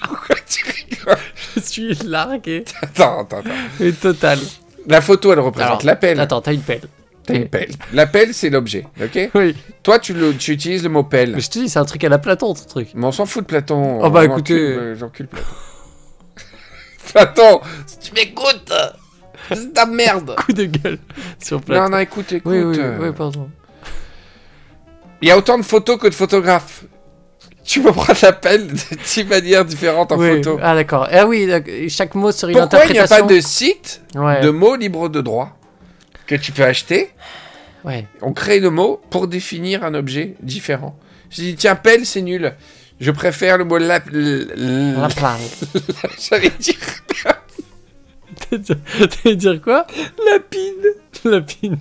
F: Pourquoi tu rigoles
D: Je suis largué.
F: Attends, attends, attends.
D: Et total.
F: La photo, elle représente
D: Alors,
F: la pelle.
D: Attends, t'as une pelle.
F: T'as une pelle. La pelle, c'est l'objet, ok
D: Oui.
F: Toi, tu, le- tu utilises le mot pelle.
D: Mais je te dis, c'est un truc à la Platon, ce truc.
F: Mais on s'en fout de Platon.
D: Oh bah,
F: On
D: écoutez.
F: encule, euh, J'encule Platon. Platon, si tu m'écoutes, c'est ta merde.
D: Coup de gueule sur Platon.
F: Non, non, écoute, écoute.
D: oui, oui,
F: euh,
D: oui, pardon.
F: Il y a autant de photos que de photographes. Tu peux prendre la peine de dix manières différentes en
D: Oui.
F: photo.
D: Ah d'accord. Ah oui, d'accord. chaque mot sur une
F: Pourquoi il n'y a pas
D: interprétation.
F: de site
D: Ouais.
F: de mots libres de droit que tu peux acheter
D: Ouais.
F: On crée le mot pour définir un objet différent. Je dis, tiens, pelle, c'est nul. Je préfère le mot la... l- l-
D: La plaine.
F: J'allais dire
D: T'allais dire quoi
F: lapide.
D: Lapine.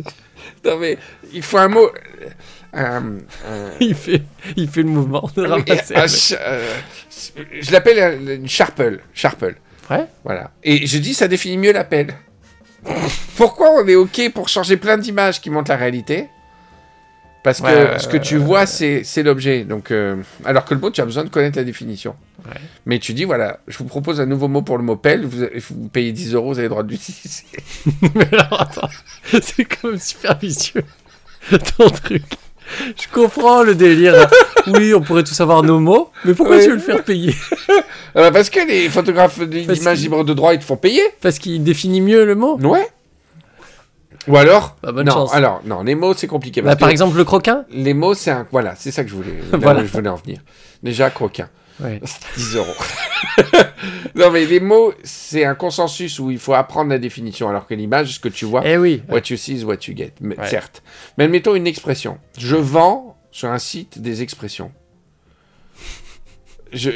F: Non mais il faut un mot. euh, un- un-
D: Il fait, il fait le mouvement
F: Ah
D: de ramasser.
F: un ch- euh, je l'appelle un- une charpelle. Charpelle.
D: Ouais.
F: Voilà. Et je dis ça définit mieux l'appel. Pourquoi on est ok pour changer plein d'images qui montrent la réalité Parce que
D: Ouais, ouais,
F: ce que tu vois c'est c'est l'objet. Donc euh, alors que le mot tu as besoin de connaître la définition.
D: Ouais.
F: Mais tu dis voilà, je vous propose un nouveau mot pour le mot pelle. Vous, vous payez 10 euros, vous avez le droit de l'utiliser.
D: Mais alors attends, c'est quand même super vicieux ton truc. Je comprends le délire. Oui, on pourrait tous avoir nos mots, mais pourquoi
F: Oui.
D: tu veux le faire payer
F: Ah bah, parce que les photographes d'images
D: que-
F: libres de droit ils te font payer.
D: Parce qu'il définit mieux le mot.
F: Ouais. Ou alors
D: Bah, bonne
F: Non,
D: chance.
F: alors non, les mots c'est compliqué.
D: Bah,
F: parce
D: par
F: que
D: exemple, le croquin.
F: les mots c'est un voilà, c'est ça que je voulais là où
D: Voilà.
F: je voulais en venir. Déjà croquin,
D: Ouais.
F: 10 euros. non mais les mots c'est un consensus où il faut apprendre la définition alors que l'image ce que tu vois
D: Eh oui.
F: what you see is what you get. Mais,
D: Ouais.
F: Certes. Mais admettons une expression. Je vends sur un site des expressions. Je...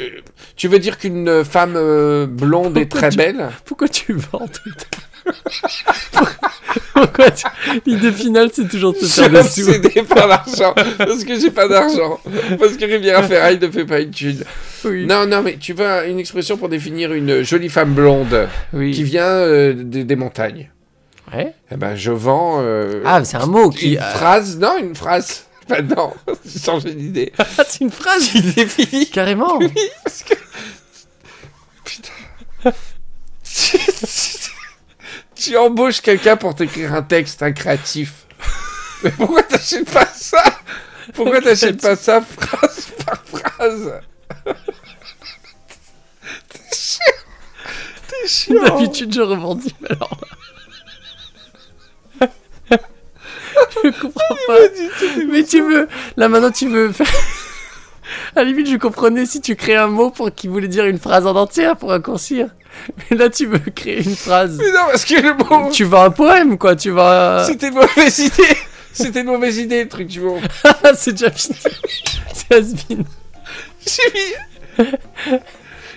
F: Tu veux dire qu'une femme euh, blonde est
D: Pourquoi
F: très
D: tu-
F: belle
D: Pourquoi tu vends tout le temps Pourquoi tu- L'idée finale, c'est toujours de se faire
F: Je
D: des
F: suis
D: sous.
F: obsédé par l'argent parce que j'ai pas d'argent parce que Rivière Ferraille ne fait pas une thune.
D: Oui.
F: Non non mais tu veux une expression pour définir une jolie femme blonde
D: Oui.
F: qui vient euh, des, des montagnes.
D: Ouais.
F: Eh ben je vends euh,
D: Ah, mais c'est un mot qui.
F: une phrase non une phrase. Ben non j'ai changé d'idée.
D: Ah, c'est une phrase.
F: Il définit
D: Carrément.
F: tu, tu- tu embauches quelqu'un pour t'écrire un texte, un créatif. Mais pourquoi t'achètes pas ça Pourquoi t'achètes pas ça phrase par phrase T'es chiant T'es chiant
D: D'habitude, je rebondis, mais alors. je comprends pas. Mais tu veux. Là, maintenant, tu veux faire. À la limite, je comprenais si tu créais un mot pour qui voulait dire une phrase en entière pour raccourcir. Mais là, tu veux créer une phrase.
F: Mais non, parce que le mot...
D: Tu vas un poème, quoi. Tu vas.
F: C'était une mauvaise idée C'était une mauvaise idée, le truc du mot.
D: C'est déjà fini. C'est has been.
F: J'ai mis...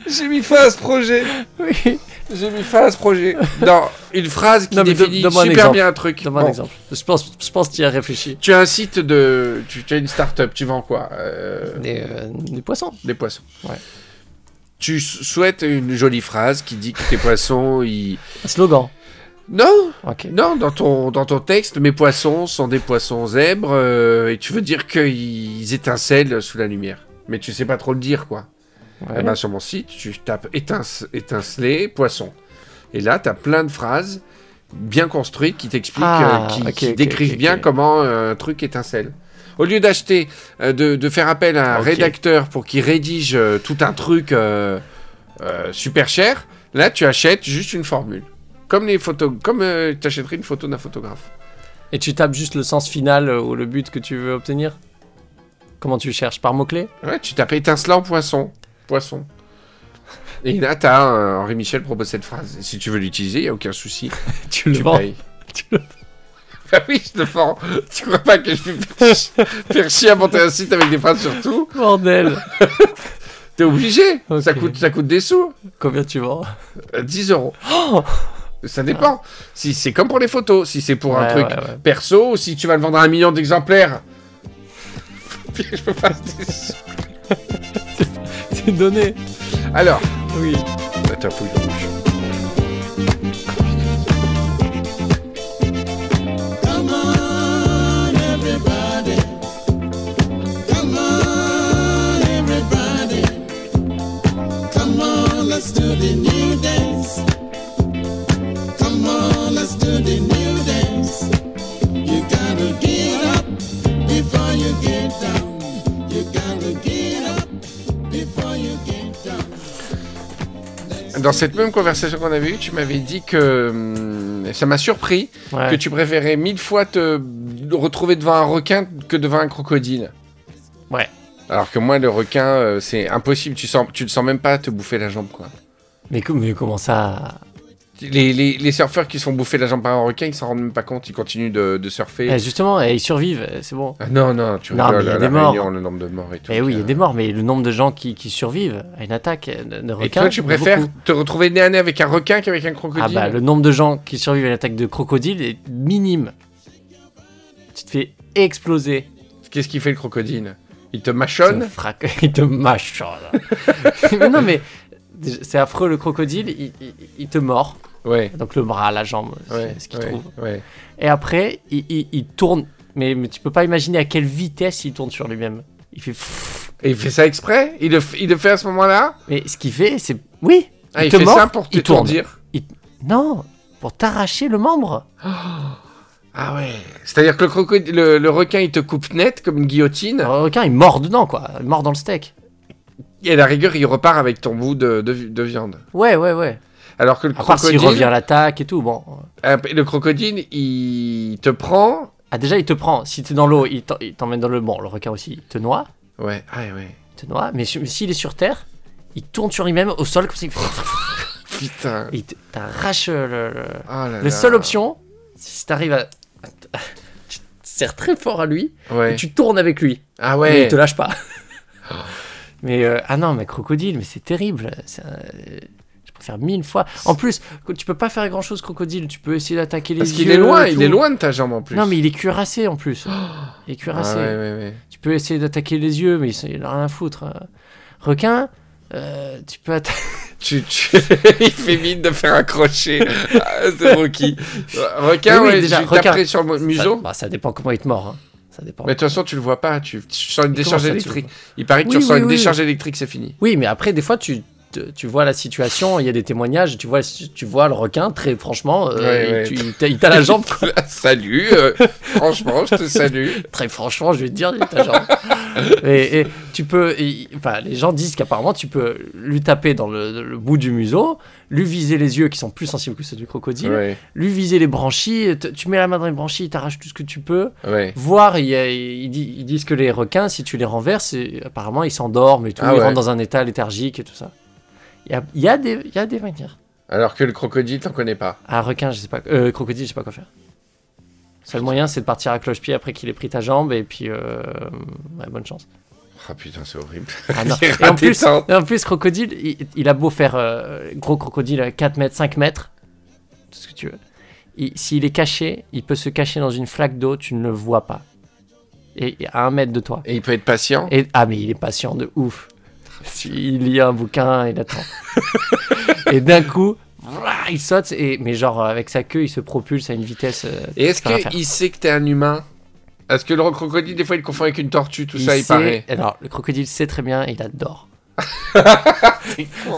F: J'ai mis fin à ce projet.
D: Oui.
F: J'ai mis fin à ce projet. Non, une phrase qui
D: Non, mais do-
F: définit
D: donne-moi un
F: super
D: exemple.
F: bien un truc.
D: Donne-moi
F: Bon.
D: un exemple. Je pense, je pense que tu y as réfléchi.
F: Tu as un site de. Tu, tu as une start-up, tu vends quoi Euh,
D: Des, euh, des poissons.
F: Des poissons.
D: Ouais.
F: Tu s- souhaites une jolie phrase qui dit que tes poissons, ils.
D: Slogan.
F: Non
D: Ok.
F: Non, dans ton, dans ton texte, mes poissons sont des poissons zèbres, euh, et tu veux dire qu'ils étincellent sous la lumière. Mais tu sais pas trop le dire, quoi.
D: Ouais.
F: Eh ben, sur mon site, tu tapes étince, étinceler, poisson. Et là, tu as plein de phrases bien construites qui t'expliquent,
D: Ah,
F: euh, qui,
D: ok,
F: qui
D: ok,
F: décrivent
D: ok,
F: bien
D: ok.
F: comment euh, un truc étincelle. Au lieu d'acheter, euh, de, de faire appel à un
D: Ok.
F: rédacteur pour qu'il rédige euh, tout un truc euh, euh, super cher, là, tu achètes juste une formule. Comme les photos, comme tu achèterais une photo d'un photographe.
D: Et tu tapes juste le sens final euh, ou le but que tu veux obtenir Comment tu cherches Par mots-clés
F: Ouais, tu tapes étincelant poisson. Poisson. Et là, t'as euh, Henri Michel propose cette phrase. Et si tu veux l'utiliser, il n'y a aucun souci.
D: Tu le
F: Tu
D: vends.
F: payes.
D: Tu le-
F: Bah oui, je te vends. Tu crois pas que je vais faire chi- faire chier à monter un site avec des phrases surtout
D: Bordel
F: T'es obligé.
D: Ok.
F: Ça, coûte, ça coûte des sous.
D: Combien tu vends
F: Euh, 10 euros.
D: Oh
F: ça dépend. Si c'est comme pour les photos, si c'est pour un
D: Ouais,
F: truc
D: ouais, ouais.
F: perso ou si tu vas le vendre à un million d'exemplaires. je peux pas. te dire.
D: C'est donné
F: Alors.
D: Oui.
F: Attends, faut que je bouge. Dans cette même conversation qu'on avait eue, tu m'avais dit que hum, ça m'a surpris
D: Ouais.
F: que tu préférais mille fois te retrouver devant un requin que devant un crocodile.
D: Ouais.
F: Alors que moi, le requin, euh, c'est impossible. Tu sens, tu le sens même pas te bouffer la jambe, quoi.
D: mais, co- mais comment ça
F: Les, les, les surfeurs qui se font bouffer la jambe par un requin, ils s'en rendent même pas compte. Ils continuent de, de surfer.
D: Eh, Justement, eh, ils survivent, eh, c'est bon.
F: Ah non, non, tu
D: Non,
F: rigoles.
D: mais il y a
F: à
D: des
F: La
D: morts.
F: Réunion, le nombre de morts et tout.
D: Eh oui, il y a
F: euh.
D: des morts, mais le nombre de gens qui, qui survivent à une attaque eh, de, de
F: Et
D: requin.
F: toi, tu
D: beaucoup.
F: préfères te retrouver nez à nez avec un requin qu'avec un
D: Ah
F: crocodile
D: bah, le nombre de gens qui survivent à une attaque de crocodile est minime. Tu te fais exploser.
F: Qu'est-ce qu'il fait le crocodile Il te
D: Il te
F: mâchonne
D: frappe, il te mâche. oh là. mais non, mais déjà, c'est affreux le crocodile, il, il- il te mord.
F: Ouais.
D: Donc le bras, la jambe, c'est
F: Ouais,
D: ce qu'il
F: ouais,
D: trouve.
F: ouais.
D: Et après, il, il- il tourne. Mais, mais tu peux pas imaginer à quelle vitesse il tourne sur lui-même. Il fait. pfff.
F: Et il fait ça exprès il le, f- il le fait à ce moment-là
D: Mais ce qu'il fait, c'est. Oui
F: Ah,
D: Il
F: il
D: te
F: fait
D: mord,
F: ça pour
D: il tourne.
F: t'étourdir
D: Non Pour t'arracher le membre
F: Ah ouais. C'est-à-dire que le, crocodile, le, le requin, il te coupe net comme une guillotine.
D: Le requin, il mord dedans, quoi. Il mord dans le steak.
F: Et à la rigueur, il repart avec ton bout de, de vi- de viande.
D: Ouais, ouais, ouais.
F: Alors que le
D: À part s'il
F: crocodile,
D: revient à l'attaque et tout, bon.
F: euh, le crocodile, il te prend.
D: Ah, déjà, il te prend. Si t'es dans l'eau, il t'en- il t'emmène dans le. Bon, le requin aussi, il te noie.
F: Ouais, ah ouais.
D: Il te noie. Mais su- mais s'il est sur terre, il tourne sur lui-même au sol, comme ça. il-
F: Putain.
D: Il te- t'arrache le- le...
F: Oh là
D: La
F: là.
D: seule option, si t'arrives à. Tu te serres très fort à lui
F: Ouais.
D: et tu tournes avec lui.
F: Ah
D: Mais
F: ouais.
D: il te lâche pas. mais euh, ah non, mais crocodile, mais c'est terrible. C'est un- euh, Je préfère mille fois. En plus, que- tu peux pas faire grand chose, crocodile. Tu peux essayer d'attaquer les
F: Parce
D: yeux.
F: qu'il est loin,
D: et
F: il
D: tout.
F: est loin de ta jambe en plus.
D: Non, mais il est cuirassé en plus. Il est
F: ah,
D: cuirassé.
F: ouais, ouais, ouais.
D: Tu peux essayer d'attaquer les yeux, mais il il a rien à foutre. Euh, Requin, euh, tu peux attaquer.
F: Tu, tu- il fait mine de faire un crochet. Ah, C'est Rocky.
D: Mais
F: Requin,
D: oui,
F: ouais,
D: déjà,
F: tu
D: requin.
F: taperais sur le museau.
D: Ça, bah, ça dépend comment il te mord. hein. Ça dépend.
F: Mais de toute façon, tu le vois pas. Tu, tu sens une
D: Mais comment
F: décharge
D: ça, tu
F: électrique. Il paraît que tu
D: Oui,
F: ressens
D: oui,
F: une
D: oui,
F: décharge électrique, c'est fini.
D: Oui, mais après, des fois, tu, te- tu vois la situation, il y a des témoignages, tu vois, tu vois le requin, très franchement, euh,
F: Ouais,
D: il-
F: ouais.
D: tu- il t'a- il t'a la jambe, quoi.
F: Salut. euh, franchement, je te salue.
D: très franchement, je vais te dire, il t'a la jambe. et, et tu peux, et- enfin, les gens disent qu'apparemment, tu peux lui taper dans le, le bout du museau, lui viser les yeux qui sont plus sensibles que ceux du crocodile,
F: Ouais,
D: lui viser les branchies, te- tu mets la main dans les branchies, il t'arrache tout ce que tu peux.
F: ouais.
D: Voir, il y a- ils, di- ils disent que les requins, si tu les renverses, et- apparemment ils s'endorment et tout,
F: Ah
D: ils
F: ouais.
D: rentrent dans un état léthargique et tout ça. Il y a, il y a des, il y a des manières.
F: Alors que le crocodile, t'en connais pas.
D: Un requin, je sais pas, euh, crocodile, je sais pas quoi faire. Seul moyen, c'est de partir à cloche-pied après qu'il ait pris ta jambe et puis euh, ouais, bonne chance.
F: Ah putain, c'est horrible.
D: Ah non.
F: C'est
D: Et en plus,
F: raté,
D: et en plus, crocodile, il, il a beau faire euh, gros crocodile à 4 mètres, 5 mètres, tout ce que tu veux. Il- S'il est caché, il peut se cacher dans une flaque d'eau, tu ne le vois pas. Et et à un mètre de toi.
F: Et il peut être patient.
D: Et, ah, mais il est patient de ouf. Il lit un bouquin, il attend. et d'un coup, voilà, il saute, et, mais genre avec sa queue, il se propulse à une vitesse. euh,
F: Et est-ce
D: Ça va faire.
F: qu'il sait que t'es un humain Est-ce que le crocodile, des fois, il te confond avec une tortue, tout ça, il
D: sait-
F: paraît.
D: Alors, le crocodile sait très bien et il adore.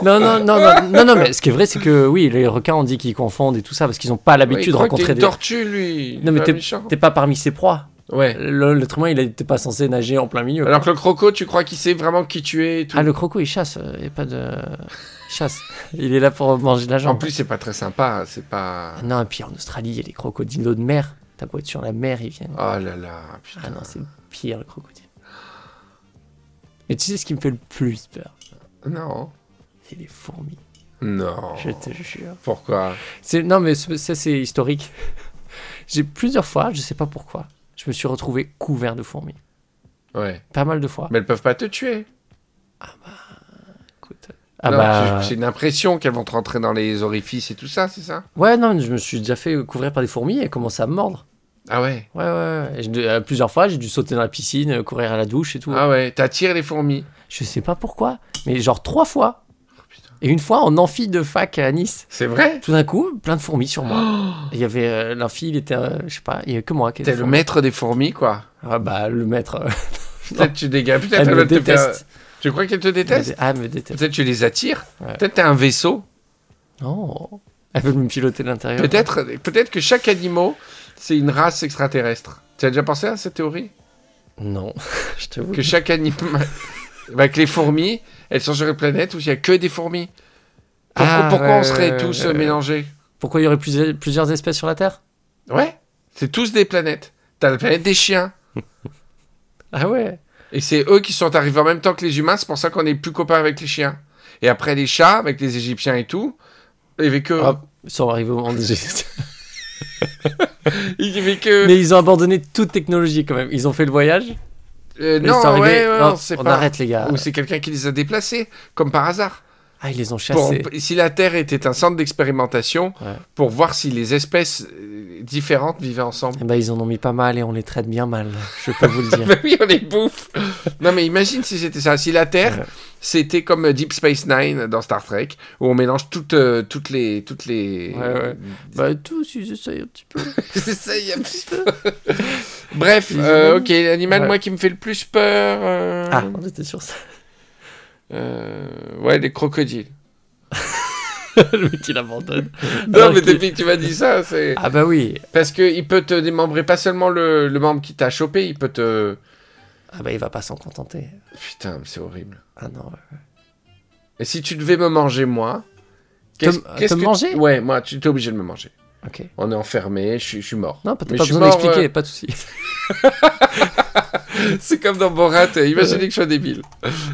D: non, non, non, non, non, non, mais ce qui est vrai, c'est que oui, les requins ont dit qu'ils confondent et tout ça parce qu'ils n'ont pas
F: Ouais, il
D: l'habitude de
F: croit que
D: rencontrer
F: t'es une
D: des.
F: tortue, lui.
D: Non, mais
F: t'es méchant.
D: T'es Ah, pas parmi ses proies.
F: Ouais.
D: Le- L'être humain, il n'était pas censé nager en plein milieu.
F: Alors que le croco, tu crois qu'il sait vraiment qui tu es et tout.
D: ah, le croco, il chasse. euh, Il n'y a pas de. il chasse. Il est là pour manger de la
F: En
D: jambe.
F: plus, c'est pas très sympa. hein, C'est pas.
D: Ah non, et puis en Australie, il y a les crocodiles d'eau de mer. T'as beau être sur la mer, ils viennent.
F: Oh là là,
D: Ah
F: putain.
D: non, c'est pire le crocodile. Mais tu sais ce qui me fait le plus peur
F: Non.
D: C'est les fourmis,
F: Non.
D: je te jure.
F: Pourquoi
D: C'est- Non, mais ce- ça, c'est historique. J'ai plusieurs fois, je sais pas pourquoi, je me suis retrouvé couvert de fourmis.
F: Ouais.
D: Pas mal de fois.
F: Mais elles peuvent pas te tuer.
D: Écoute. Ah
F: Non,
D: bah.
F: c'est- C'est une impression qu'elles vont te rentrer dans les orifices et tout ça, c'est ça
D: Ouais, non, je me suis déjà fait couvrir par des fourmis et elles commençaient à me mordre.
F: Ah ouais.
D: Ouais, ouais, ouais. Et je- euh, plusieurs fois, j'ai dû sauter dans la piscine, euh, courir à la douche et tout.
F: Ah ouais, t'attires les fourmis.
D: Je sais pas pourquoi, mais genre trois fois.
F: putain.
D: Et une fois en amphi de fac à Nice.
F: C'est vrai
D: Tout d'un coup, plein de fourmis sur moi. Il y avait euh, l'amphi, il était, euh, je sais pas, il y avait que moi qui était
F: T'es le maître des fourmis, quoi.
D: Ah bah le maître. euh,
F: Peut-être tu dégages. Peut-être
D: elle
F: elles
D: me
F: veulent te faire-
D: déteste.
F: Tu crois qu'elles te
D: Elle me dé-
F: détestent
D: Ah, elle me déteste.
F: Peut-être tu les attires.
D: Ouais.
F: Peut-être t'es un vaisseau.
D: Non. Elle veut me piloter de l'intérieur.
F: Peut-être peut que chaque animal, c'est une race extraterrestre. Tu as déjà pensé à cette théorie
D: Non. je t'avoue.
F: Que chaque animal. bah, que les fourmis, elles sont sur une planète où il n'y a que des fourmis. Pourquoi,
D: Ah,
F: pourquoi
D: ouais,
F: on serait
D: ouais,
F: tous
D: ouais,
F: euh,
D: ouais.
F: mélangés
D: Pourquoi il y aurait plus- plusieurs espèces sur la Terre
F: Ouais, c'est tous des planètes. T'as la planète des chiens.
D: Ah ouais.
F: Et c'est eux qui sont arrivés en même temps que les humains, c'est pour ça qu'on est plus copains avec les chiens. Et après les chats, avec les Égyptiens et tout, il n'y avait que...
D: Ah, Ils sont arrivés au moment des
F: Il y avait que...
D: Mais ils ont abandonné toute technologie quand même. Ils ont fait le voyage.
F: Euh,
D: et
F: non,
D: ils sont
F: ouais,
D: arrivés-
F: ouais,
D: Non,
F: on sait
D: on
F: pas.
D: arrête les gars.
F: Ou c'est quelqu'un qui les a déplacés, comme par hasard.
D: Ah, ils les ont
F: Pour-
D: chassés.
F: si la Terre était un centre d'expérimentation,
D: Ouais.
F: pour voir si les espèces euh, différentes vivaient ensemble.
D: Eh ben, ils en ont mis pas mal et on les traite bien mal. Je peux vous le dire.
F: Bah oui, on les bouffe. non, mais imagine si c'était ça. Si la Terre,
D: Ouais.
F: c'était comme euh, Deep Space Nine dans Star Trek, où on mélange toutes, euh, toutes les. Toutes les...
D: Ouais, ouais. Bah, tous, ils essayent un petit peu.
F: C'est ça, il y a un petit peu. Bref,
D: Ils
F: euh,
D: ont-
F: ok, l'animal,
D: Ouais.
F: moi, qui me fait le plus peur. euh,
D: Ah, on était sur ça.
F: euh, ouais, les crocodiles.
D: le mec, il abandonne.
F: Non,
D: Alors
F: mais
D: qu'il-
F: depuis que tu m'as dit ça, c'est.
D: Ah, bah oui.
F: Parce qu'il peut te démembrer pas seulement le, le membre qui t'a chopé, il peut te.
D: Ah, bah, il va pas s'en contenter.
F: Putain, mais c'est horrible.
D: Ah, non.
F: Et si tu devais me manger, moi.
D: Te-
F: qu'est-ce
D: te
F: que-
D: manger
F: Ouais, moi, tu t'es obligé de me manger.
D: Ok.
F: On est enfermé, je suis- je suis mort.
D: Non, peut-être
F: Mais
D: pas
F: je suis
D: besoin
F: mort,
D: d'expliquer,
F: euh,
D: pas de souci.
F: C'est comme dans Borat, euh, imaginez que je sois débile.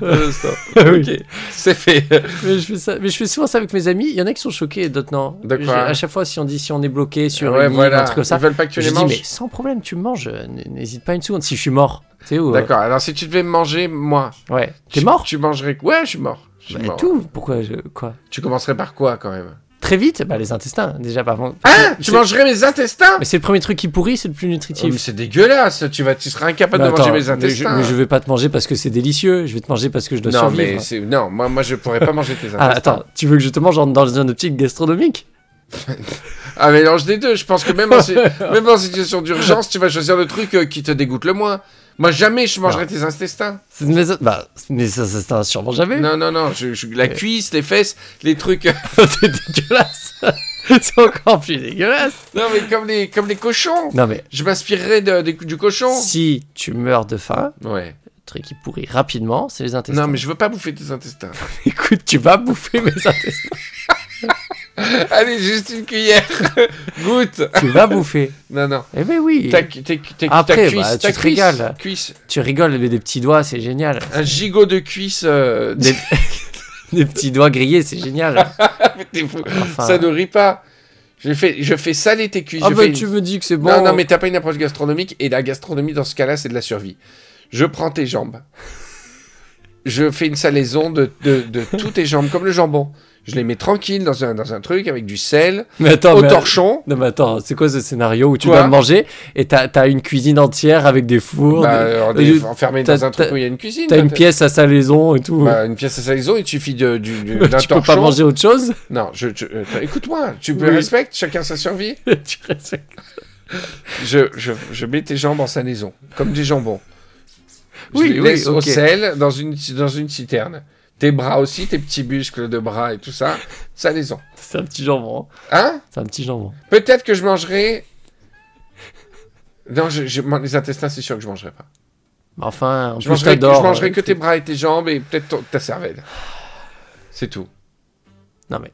F: Un instant.
D: Ah, Oui.
F: Ok, c'est fait.
D: mais, je fais ça. mais je fais souvent ça avec mes amis. Il y en a qui sont choqués, d'autres non.
F: De quoi
D: J'ai- À chaque fois, si on dit si on est bloqué sur
F: ouais,
D: une île,
F: voilà.
D: un truc comme ça,
F: Ils veulent pas que tu
D: je
F: les
D: dis
F: manges.
D: mais sans problème, tu me manges. euh, n- N'hésite pas une seconde. Si je suis mort, tu sais où euh,
F: D'accord, alors si tu devais me manger, moi.
D: Ouais. T'es
F: tu-
D: mort.
F: Tu mangerais. Ouais, je suis mort. Je suis
D: Bah,
F: mort.
D: tout. Pourquoi je... Quoi
F: Tu commencerais par quoi quand même
D: Très vite, bah, les intestins. Déjà, par contre.
F: Hein Tu
D: Ah, C'est-
F: mangerais mes intestins
D: Mais c'est le premier truc qui pourrit, c'est le plus
F: Oh, mais
D: nutritif.
F: c'est dégueulasse, tu, vas, tu seras incapable
D: Mais
F: de manger
D: attends,
F: mes
D: mais je-
F: intestins.
D: Mais je, vais pas te manger parce que c'est délicieux. Je vais te manger parce que je dois
F: non, mais
D: survivre.
F: c'est... non, moi, moi je pourrais pas manger tes
D: Ah,
F: intestins.
D: attends, tu veux que je te mange en- dans une optique gastronomique
F: Ah, mélange des deux, je pense que même en, si- même en situation d'urgence, tu vas choisir le truc euh, qui te dégoûte le moins. Moi jamais je mangerais tes intestins.
D: C'est- mais, ça- bah, mais ça, ça, ça, sûrement jamais.
F: Non, non, non, je, je- la cuisse, les fesses, les trucs.
D: c'est dégueulasse. c'est encore plus dégueulasse.
F: non, mais comme les, comme les cochons.
D: Non, mais
F: Je m'inspirerais de- des- du cochon.
D: si tu meurs de faim,
F: Ouais.
D: le truc qui pourrit rapidement, c'est les intestins.
F: Non, mais je veux pas bouffer tes intestins.
D: écoute, tu vas bouffer mes intestins.
F: Allez, juste une cuillère. Goûte.
D: tu vas bouffer.
F: Non, non.
D: Eh ben oui.
F: Ta, cu- ta cu- ta- ta
D: Après,
F: cuisse,
D: bah,
F: ta
D: tu te
F: cuisse,
D: régales.
F: Cuisse.
D: Tu rigoles, mais des petits doigts, c'est génial.
F: Un gigot de cuisse. euh,
D: Des... des petits doigts grillés, c'est génial.
F: T'es fou.
D: Enfin.
F: Ça ne rit pas. Je fais, je fais saler tes cuisses.
D: Ah
F: je
D: bah
F: fais une-
D: tu me dis que c'est bon.
F: Non, non, mais t'as pas une approche gastronomique. Et la gastronomie, dans ce cas-là, c'est de la survie. Je prends tes jambes. je fais une salaison de, de, de toutes tes jambes, comme le jambon. Je les mets tranquilles dans un, dans un truc avec du sel,
D: Mais attends,
F: au
D: Ah, mais-
F: torchon.
D: Non mais attends, c'est quoi ce scénario où tu
F: Quoi
D: dois manger et t'as t'as une cuisine entière avec des fours,
F: Bah,
D: des-
F: alors, des-
D: euh,
F: enfermé
D: t'as-
F: dans un truc
D: t'as-
F: où il y a une cuisine.
D: t'as
F: quoi.
D: une pièce à salaison et tout.
F: Bah, une pièce à salaison, il te suffit de- du- du- d'un
D: tu peux pas
F: torchon.
D: manger autre chose
F: Non, je, je- euh, écoute-moi, tu me
D: Oui.
F: respectes, chacun sa survie.
D: Tu restes-
F: Je, je, je mets tes jambes en salaison, comme des jambons. Je
D: Oui,
F: les
D: oui,
F: laisse au
D: ok.
F: sel dans une, dans une citerne. Tes bras aussi, tes petits muscles de bras et tout ça, salaison.
D: C'est un petit jambon. hein.
F: Hein
D: C'est un petit jambon.
F: Peut-être que je mangerai. Non, je, je- moi, les intestins, c'est sûr que je mangerai pas.
D: Mais enfin, en
F: Je
D: plus
F: mangerai, que,
D: t'adores,
F: je mangerai
D: euh,
F: que tes bras et tes jambes et peut-être ton- ta cervelle. C'est tout.
D: Non mais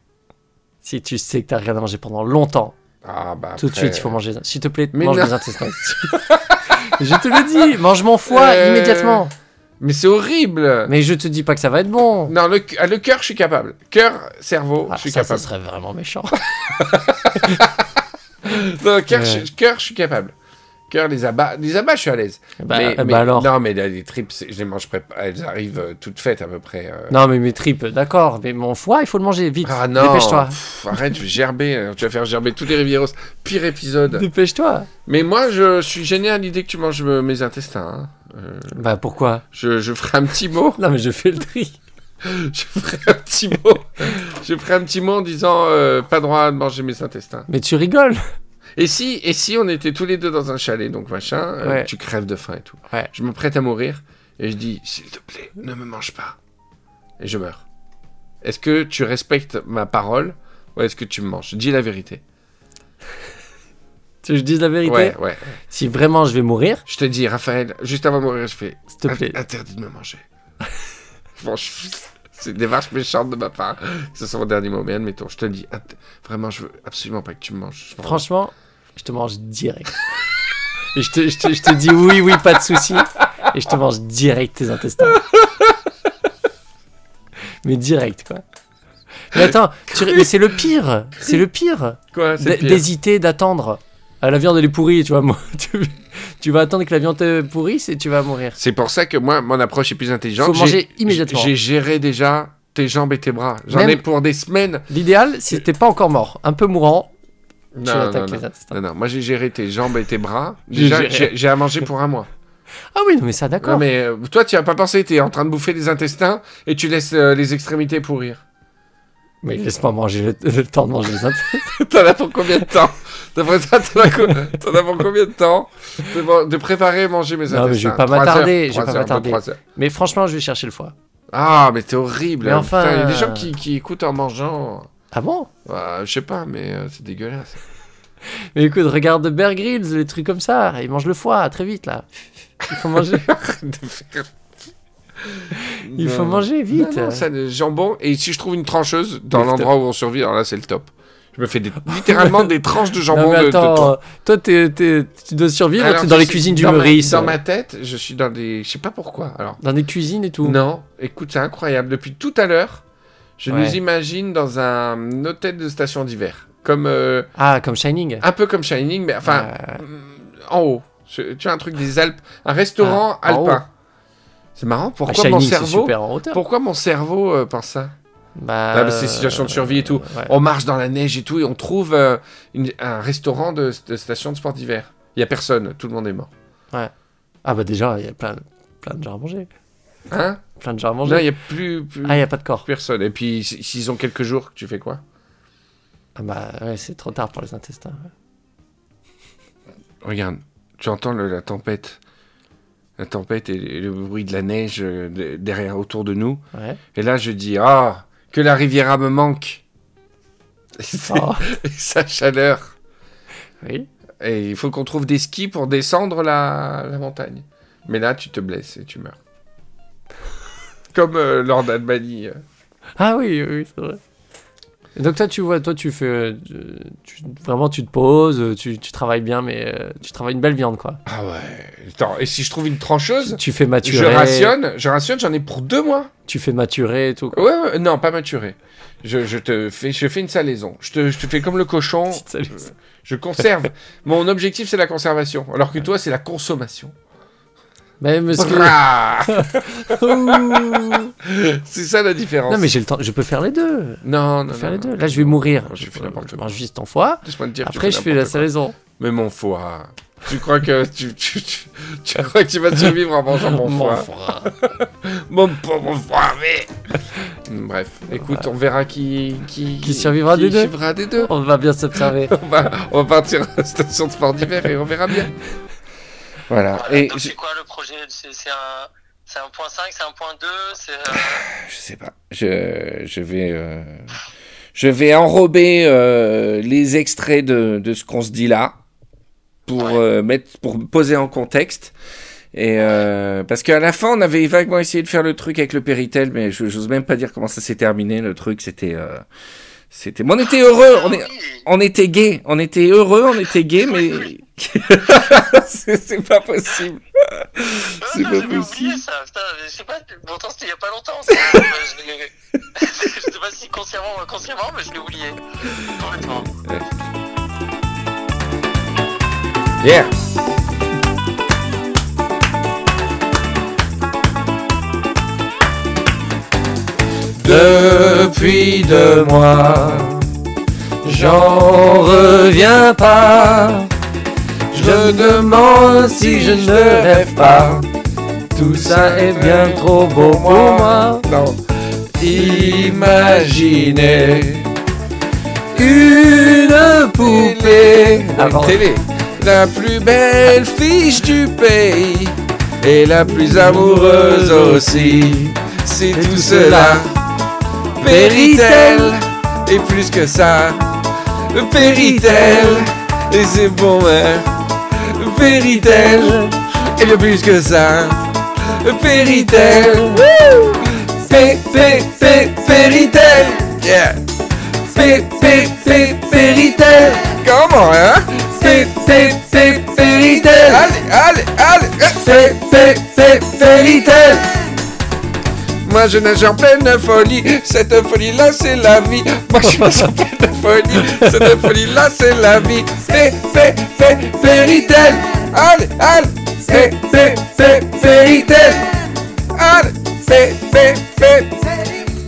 D: si tu sais que t'as rien à manger pendant longtemps,
F: Ah bah.
D: tout de
F: après-
D: suite il faut manger. les- S'il te plaît,
F: Mais
D: mange
F: non.
D: mes intestins. je te le dis, mange mon foie
F: Euh,
D: immédiatement.
F: Mais c'est horrible.
D: Mais je te dis pas que ça va être bon.
F: Non, le, ah, le cœur, je suis capable. Cœur, cerveau,
D: Ah,
F: je suis
D: ça, ça
F: capable.
D: serait vraiment méchant.
F: Non, cœur,
D: Ouais.
F: je, cœur, je suis capable. Cœur, les abats, les abats, je suis à l'aise.
D: bah,
F: mais,
D: bah
F: mais-
D: alors.
F: Non, mais là, les tripes, c'est- je les mange pas. Elles arrivent euh, toutes faites à peu près. euh.
D: Non, mais mes tripes, d'accord, mais mon foie, il faut le manger vite.
F: Ah non,
D: Dépêche-toi.
F: pff, arrête, je vais gerber, euh, tu vas faire gerber tous les Rivieros. Pire épisode.
D: Dépêche-toi.
F: Mais moi, je suis gêné à l'idée que tu manges euh, mes intestins. hein. Euh,
D: Bah pourquoi
F: je, je ferai un petit mot.
D: Non, mais je fais le tri.
F: Je ferai un petit mot. je ferai un petit mot en disant euh, pas droit de manger mes intestins.
D: Mais tu rigoles.
F: Et si, et si on était tous les deux dans un chalet, donc machin, euh,
D: Ouais.
F: tu crèves de faim et tout.
D: Ouais.
F: Je me prête à mourir et je dis s'il te plaît, ne me mange pas. Et je meurs. Est-ce que tu respectes ma parole ou est-ce que tu me manges Dis la vérité.
D: Tu veux que je dise la vérité
F: Ouais, ouais.
D: Si vraiment je vais mourir,
F: Je te dis, Raphaël, juste avant de mourir, je fais
D: s'il te
F: Int-
D: plaît.
F: Interdit de me manger. bon, je- c'est une démarche méchante de ma part. Ce sont mon dernier mot, mais admettons, je te le dis, int- vraiment, je veux absolument pas que tu me manges. Je m'en-
D: Franchement, je te mange direct. Et je te, je te- je te dis oui, oui, pas de souci. Et je te mange direct tes intestins. Mais direct, quoi. Mais attends, tu- mais c'est le pire. C'est le pire.
F: Quoi, c'est
D: d-
F: pire.
D: d'hésiter, d'attendre. Ah, la viande, elle est pourrie, tu vois. moi, tu, tu vas attendre que la viande euh, pourrisse et tu vas mourir.
F: C'est pour ça que moi, mon approche est plus intelligente.
D: Faut
F: J'ai-
D: manger immédiatement.
F: J'ai géré déjà tes jambes et tes bras. J'en
D: Même-
F: ai pour des semaines.
D: L'idéal, si t'es pas encore mort, un peu mourant, tu
F: Non, non,
D: attaques
F: non.
D: les intestins.
F: Non, non, moi j'ai géré tes jambes et tes bras.
D: J'ai
F: Déjà,
D: géré.
F: j'ai j'ai à manger pour un mois.
D: Ah oui, non, mais ça, d'accord.
F: Non, mais euh, toi, tu as pas pensé, tu es en train de bouffer des intestins et tu laisses euh, les extrémités pourrir.
D: Mais laisse-moi manger le, le temps de manger les intestins.
F: T'en as pour combien de temps D'après toi, t'en as, co- t'en as pour combien de temps de, man- de préparer et manger mes intestins
D: Non, mais je vais pas
F: Trois
D: m'attarder,
F: heures,
D: je vais
F: trois
D: pas
F: heures, deux,
D: m'attarder.
F: trois heures.
D: Mais franchement, je vais chercher le foie.
F: Ah, mais t'es horrible.
D: Mais enfin- euh,
F: Putain, Il y a des gens qui, qui écoutent en mangeant.
D: Ah bon
F: Bah, je sais pas, mais euh, c'est dégueulasse.
D: Mais écoute, regarde Bear Grylls, les trucs comme ça. Il mange le foie très vite, là. Il faut manger, il faut manger vite.
F: Non, non, ça, le jambon. Et si je trouve une trancheuse dans
D: Mais
F: l'endroit où on survit, alors là, c'est le top. Je me fais des- littéralement des tranches de
D: Non,
F: jambon
D: mais
F: de- de,
D: attends,
F: toi.
D: toi, t'es- t'es- tu dois survivre,
F: Alors,
D: t'es dans
F: je
D: les
F: sais-
D: cuisines du
F: dans ma-
D: Meurice.
F: Dans ma tête, je suis dans des. Je sais pas pourquoi. Alors.
D: Dans des cuisines et tout.
F: Non, écoute, c'est incroyable. Depuis tout à l'heure, je
D: Ouais.
F: nous imagine dans un hôtel de station d'hiver. Comme, euh,
D: Ah, comme Shining
F: un peu comme Shining, mais enfin,
D: Euh,
F: mm, en haut. Je- tu as un truc des Alpes, un restaurant
D: Ah, en
F: alpin. C'est marrant,
D: bah,
F: pourquoi mon
D: Shining, c'est
F: cerveau...
D: super en hauteur.
F: Pourquoi mon cerveau euh, pense ça
D: Bah,
F: Ah, mais c'est situation de survie et tout.
D: ouais.
F: On marche dans la neige et tout, et on trouve euh, une- un restaurant de, de station de sport d'hiver. Il y a personne, tout le monde est mort.
D: Ah bah déjà, il y a plein, plein de gens à manger.
F: Hein
D: Plein de gens à
F: Là, il
D: manger.
F: n'y a plus, plus
D: Ah, il n'y a pas de corps.
F: personne. Et puis, s- s'ils ont quelques jours, tu fais quoi
D: Ah bah ouais, c'est trop tard pour les intestins.
F: Regarde, tu entends le- la tempête. La tempête et le bruit de la neige euh, de- derrière, autour de nous.
D: Ouais.
F: Et là, je dis Ah, que la Riviera me manque Et c'est-
D: Oh,
F: et sa chaleur
D: oui.
F: Et il faut qu'on trouve des skis pour descendre la, la montagne. Mais là, tu te blesses et tu meurs. Comme euh, Lord Albany. euh.
D: Ah oui, oui, oui, c'est vrai. Et donc toi, tu vois, toi, tu fais... euh, tu- vraiment, tu te poses, euh, tu, tu travailles bien, mais euh, tu travailles une belle viande, quoi.
F: Ah ouais. Attends, et si je trouve une
D: Tu,
F: trancheuse,
D: tu fais
F: je
D: maturer.
F: rationne, je rationne, j'en ai pour deux mois.
D: Tu fais maturer et tout. quoi.
F: Ouais, ouais, non, pas maturé. Je, je te fais, je fais une salaison. Je te, je te fais comme le cochon.
D: Petite salue.
F: Je conserve. Mon objectif, c'est la conservation. Alors que toi, c'est la consommation.
D: Mais parce que-
F: Brrra
D: Ouh.
F: Ah, C'est ça la différence.
D: non, mais j'ai le temps, je peux faire les deux.
F: non,
D: Je
F: non,
D: peux faire
F: non,
D: les
F: non.
D: deux. Là, je vais mourir.
F: Non, je fais
D: Euh,
F: n'importe
D: je
F: quoi.
D: mange juste en foie.
F: Laisse-moi te dire, tu
D: Après, je fais la
F: n'importe quoi.
D: salaison.
F: Mais mon foie. Tu crois que tu, tu, tu, tu crois que tu vas survivre en mangeant mon
D: Mon
F: foie
D: foie.
F: Mon pauvre foie, mais. Mm, Bref, écoute, on verra qui qui,
D: Qui survivra
F: qui
D: des deux.
F: survivra des deux.
D: On va bien s'observer.
F: On va, on va partir à la station de sport d'hiver et on verra bien.
A: Voilà.
B: Voilà,
A: Ah, Et
B: donc
A: je,
B: c'est quoi le projet C'est c'est un. C'est un point 5, c'est un point 2, c'est... euh,
A: je sais pas. Je, je vais. euh, je vais enrober euh, les extraits de, de ce qu'on se dit là pour
B: Ouais.
A: euh, mettre, pour poser en contexte. Et euh, parce qu'à la fin, on avait vaguement essayé de faire le truc avec le péritel, mais je j'ose même pas dire comment ça s'est terminé. Le truc, c'était, euh, c'était. mais on était heureux. On est,
B: Ah
A: Ah,
B: Oui.
A: on était gay, on était heureux, on était gay, mais c'est c'est pas possible.
B: Ah,
A: C'est pas
B: ça, J'avais oublié
A: possible.
B: ça, putain, mais je sais pas, pourtant c'était il y a pas longtemps. ça. Euh, je, l'ai- je sais pas si consciemment ou inconsciemment, mais je l'ai oublié. Complètement.
F: Yeah.
C: Depuis deux mois, j'en reviens pas. Je me demande si je ne rêve pas. Tout ça est bien trop beau pour moi.
F: Non.
C: Imaginez une poupée.
F: La
D: Avant.
F: télé.
C: La plus belle fiche du pays et la plus amoureuse aussi. C'est tout cela. Péritel et plus que ça. Péritel et c'est bon. Hein. Péritel et bien plus que ça. Péritel. Pé, pé, pé, péritel.
F: Yeah.
C: Pé, pé, pé, péritel.
F: Comment, hein
C: Pé, pé, pé, péritel.
F: Allez, allez, allez. eh.
C: Fé, fé, fé, féritel.
F: Moi, je nage en pleine folie. Cette folie-là, c'est la vie. Moi, je nage en pleine folie. Cette folie-là, c'est la vie.
C: Fé, fé, fé, féritel.
F: Allez, allez.
C: Fé, fé, fé, féritel.
F: Allez. Fais, fais, fais.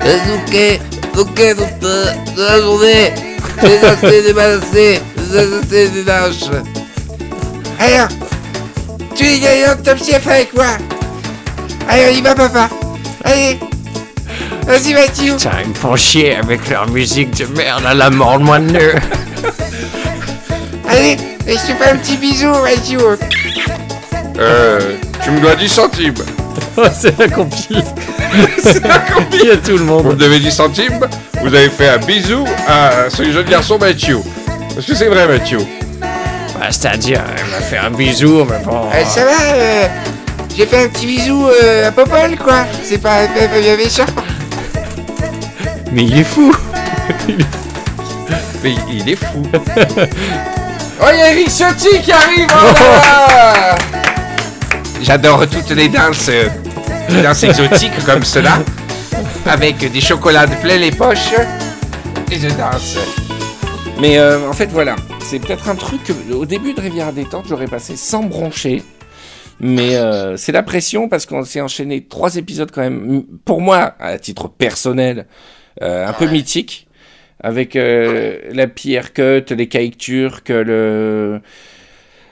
G: Le Zouké, Zouké, toute euh, de la journée, les assez débarrassés, les assez des lâches.
F: Alors, tu es gagnant de Top Chef avec moi. Allez, on y va, papa. Allez. Vas-y, Mathieu.
D: Putain, ils me font chier avec leur musique de merde à la mort de moineux.
F: Allez, et je te fais un petit bisou, Mathieu. Euh, tu me dois 10 centimes.
D: C'est la compile.
F: C'est pas
D: Il y a tout le
F: Vous
D: monde.
F: me devez 10 centimes, vous avez fait un bisou à ce jeune garçon Mathieu. Est-ce que c'est vrai Mathieu
D: Bah, C'est-à-dire, elle m'a fait un bisou, mais bon.
F: Eh, Ça va, euh, j'ai fait un petit bisou euh, à Popol quoi. C'est pas bien méchant.
D: Mais il est fou.
F: Mais il est fou. oh, il y a Eric Ciotti qui arrive
A: hein.
F: oh là là J'adore toutes les danses, euh, les danses exotiques comme cela, avec des chocolats de plein les poches. Et je danse.
A: Mais euh, en fait, voilà, c'est peut-être un truc que, au début de Rivière à détente, j'aurais passé sans broncher. Mais euh, c'est la pression parce qu'on s'est enchaîné trois épisodes quand même, m- pour moi, à titre personnel, euh, un peu mythique, avec euh, la pierre cut, les caïques turcs, le...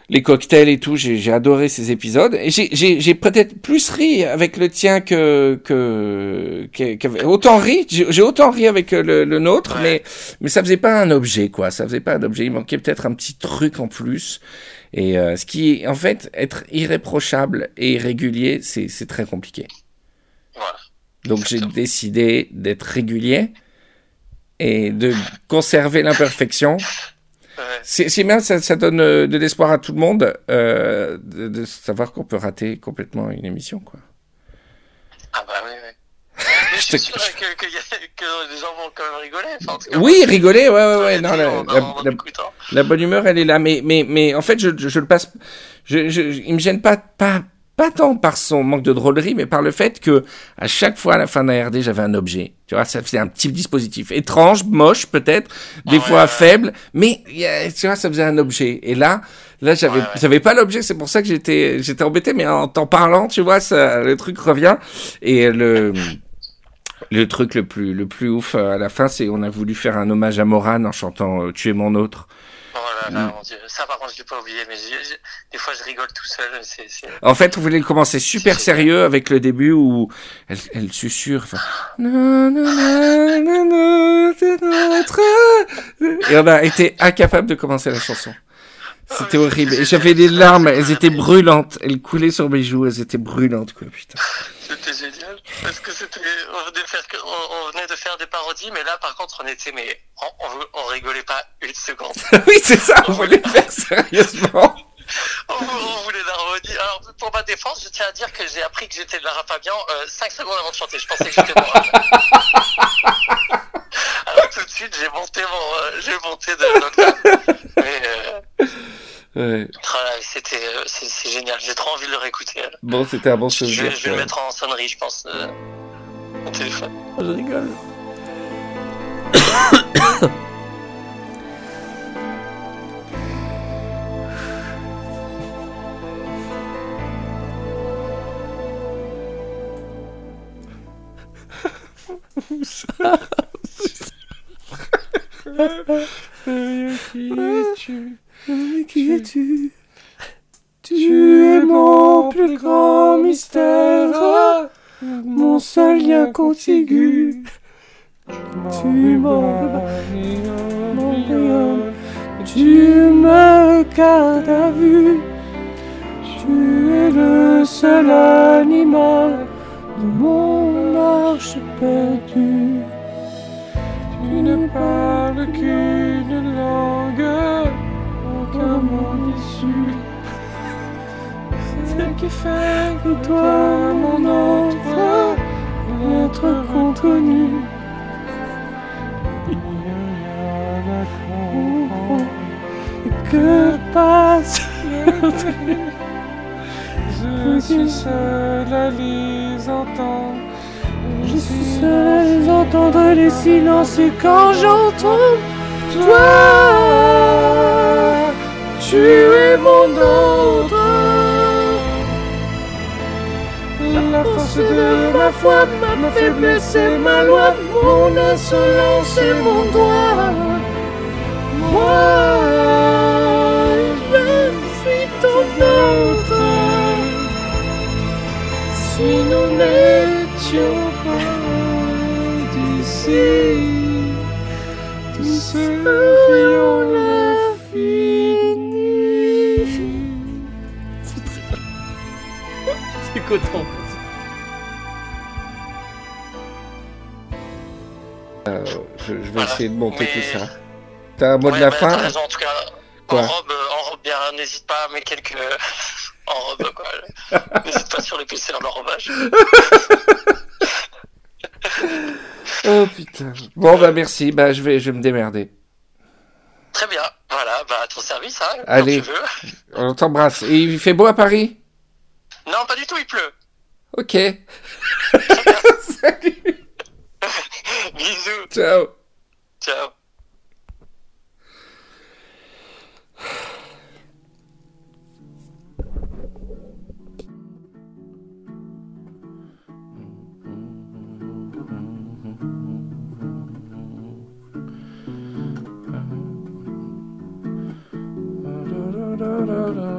A: les cocktails et tout. J'ai j'ai adoré ces épisodes. Et j'ai- j'ai j'ai peut-être plus ri avec le tien que... que, que- que- autant ri, j'ai j'ai autant ri avec euh, le, le nôtre,
B: Ouais.
A: mais mais ça faisait pas un objet, quoi. Ça faisait pas un objet. Il manquait peut-être un petit truc en plus. Et euh, ce qui est, en fait, être irréprochable et irrégulier, c'est c'est très compliqué.
B: Voilà.
A: Donc j'ai décidé d'être régulier et de conserver l'imperfection.
B: Ouais.
A: C'est c'est bien, ça, ça donne euh, de l'espoir à tout le monde euh, de, de savoir qu'on peut rater complètement une émission, quoi.
B: Ah bah oui, oui. Mais je
A: te-
B: suis sûr que, que, y a- que les gens vont quand même rigoler. Enfin, en tout cas,
A: Oui, rigoler, Ah ouais, ouais,
B: on
A: ouais.
B: l'a
A: Non,
B: dit
A: la-
B: en-
A: la-
B: en
A: la-
B: écoutant.
A: La bonne humeur, elle est là, mais mais mais en fait, je, je, je le passe. Je, je, je- il me gêne pas pas Pas tant par son manque de drôlerie, mais par le fait que à chaque fois à la fin d'un RD, j'avais un objet. Tu vois, ça faisait un petit dispositif étrange, moche peut-être, des
B: Ah Ouais,
A: fois
B: ouais.
A: faible, mais euh, tu vois, ça faisait un objet. Et là, là, j'avais,
B: Ouais, ouais.
A: j'avais pas l'objet, c'est pour ça que j'étais, j'étais embêté. Mais en t'en parlant, tu vois, ça, le truc revient et le. Le truc le plus le plus ouf euh, à la fin, c'est on a voulu faire un hommage à Morane en chantant euh, Tu es mon autre.
B: Oh là
A: Mm.
B: là, mon Dieu. Ça, par contre, je l'ai pas oublié, mais j'ai- j'ai- des fois, je rigole tout seul. C'est, c'est...
A: En fait, on voulait le commencer super
B: C'est génial.
A: sérieux avec le début où elle, elle susurre. enfin, Na, na, na, na, na, c'est notre- Et on a été incapable de commencer la chanson. C'était
B: Oh,
A: horrible. Et j'avais des larmes, elles étaient brûlantes. Elles coulaient sur mes joues, elles étaient brûlantes, quoi, putain.
B: C'était génial. Parce que c'était, on venait, de faire, que- on, on venait de faire des parodies, mais là, par contre, on était, mais on, on, on rigolait pas une seconde.
A: oui, c'est ça, on voulait le faire sérieusement.
B: on, on voulait l'harmonie. Alors, pour ma défense, je tiens à dire que j'ai appris que j'étais de la Rapabian 5 secondes avant de chanter. Je pensais que j'étais mort. Alors, tout de suite, j'ai monté mon, euh, j'ai monté de l'octave. Mais, euh,
A: Ouais.
B: voilà, c'était, euh, c'est, c'est génial. J'ai trop envie de le réécouter. là.
A: Bon, c'était un bon
B: Je,
A: souvenir.
B: vais- je vais
A: quoi.
B: le mettre en sonnerie, je pense, euh, mon téléphone.
D: Je rigole.
C: Qui es-tu Tu es mon plus grand mystère, mon seul lien contigu. Tu m'embryonnes, tu me gardes à vue. Tu es le seul animal de mon arche perdue. Tu ne parles qu'une langue, aucun mot issu. C'est qui fait de toi mon autre, l'être contenu. Et que passe le temps Je suis seul à les entendre. Je suis seul à entendre les silences et quand j'entends toi, tu es mon autre. La force de ma foi, ma faiblesse et ma loi, mon insolence et mon droit. Moi, je suis ton autre. Si nous n'étions pas d'ici, nous serions l'infini.
D: C'est coton.
A: Je, je vais
B: Voilà.
A: essayer de monter
B: Mais-
A: tout ça. T'as un mot
B: Ouais,
A: de la
B: bah,
A: fin
B: t'as raison, en tout cas,
A: Quoi
B: en robe, euh, en robe bien, n'hésite pas à mettre quelques. en robe, quoi. n'hésite pas sur les PC dans l'enrobage.
A: Oh putain. Bon, bah merci, bah je vais, je vais me démerder.
B: Très bien, voilà, bah à ton service, hein, quand
A: Allez.
B: tu veux.
A: On t'embrasse. Et il fait beau à Paris
B: Non, pas du tout, il pleut.
A: Ok.
B: Bisous,
A: Ciao.
B: ciao.
A: Da, da, da, da.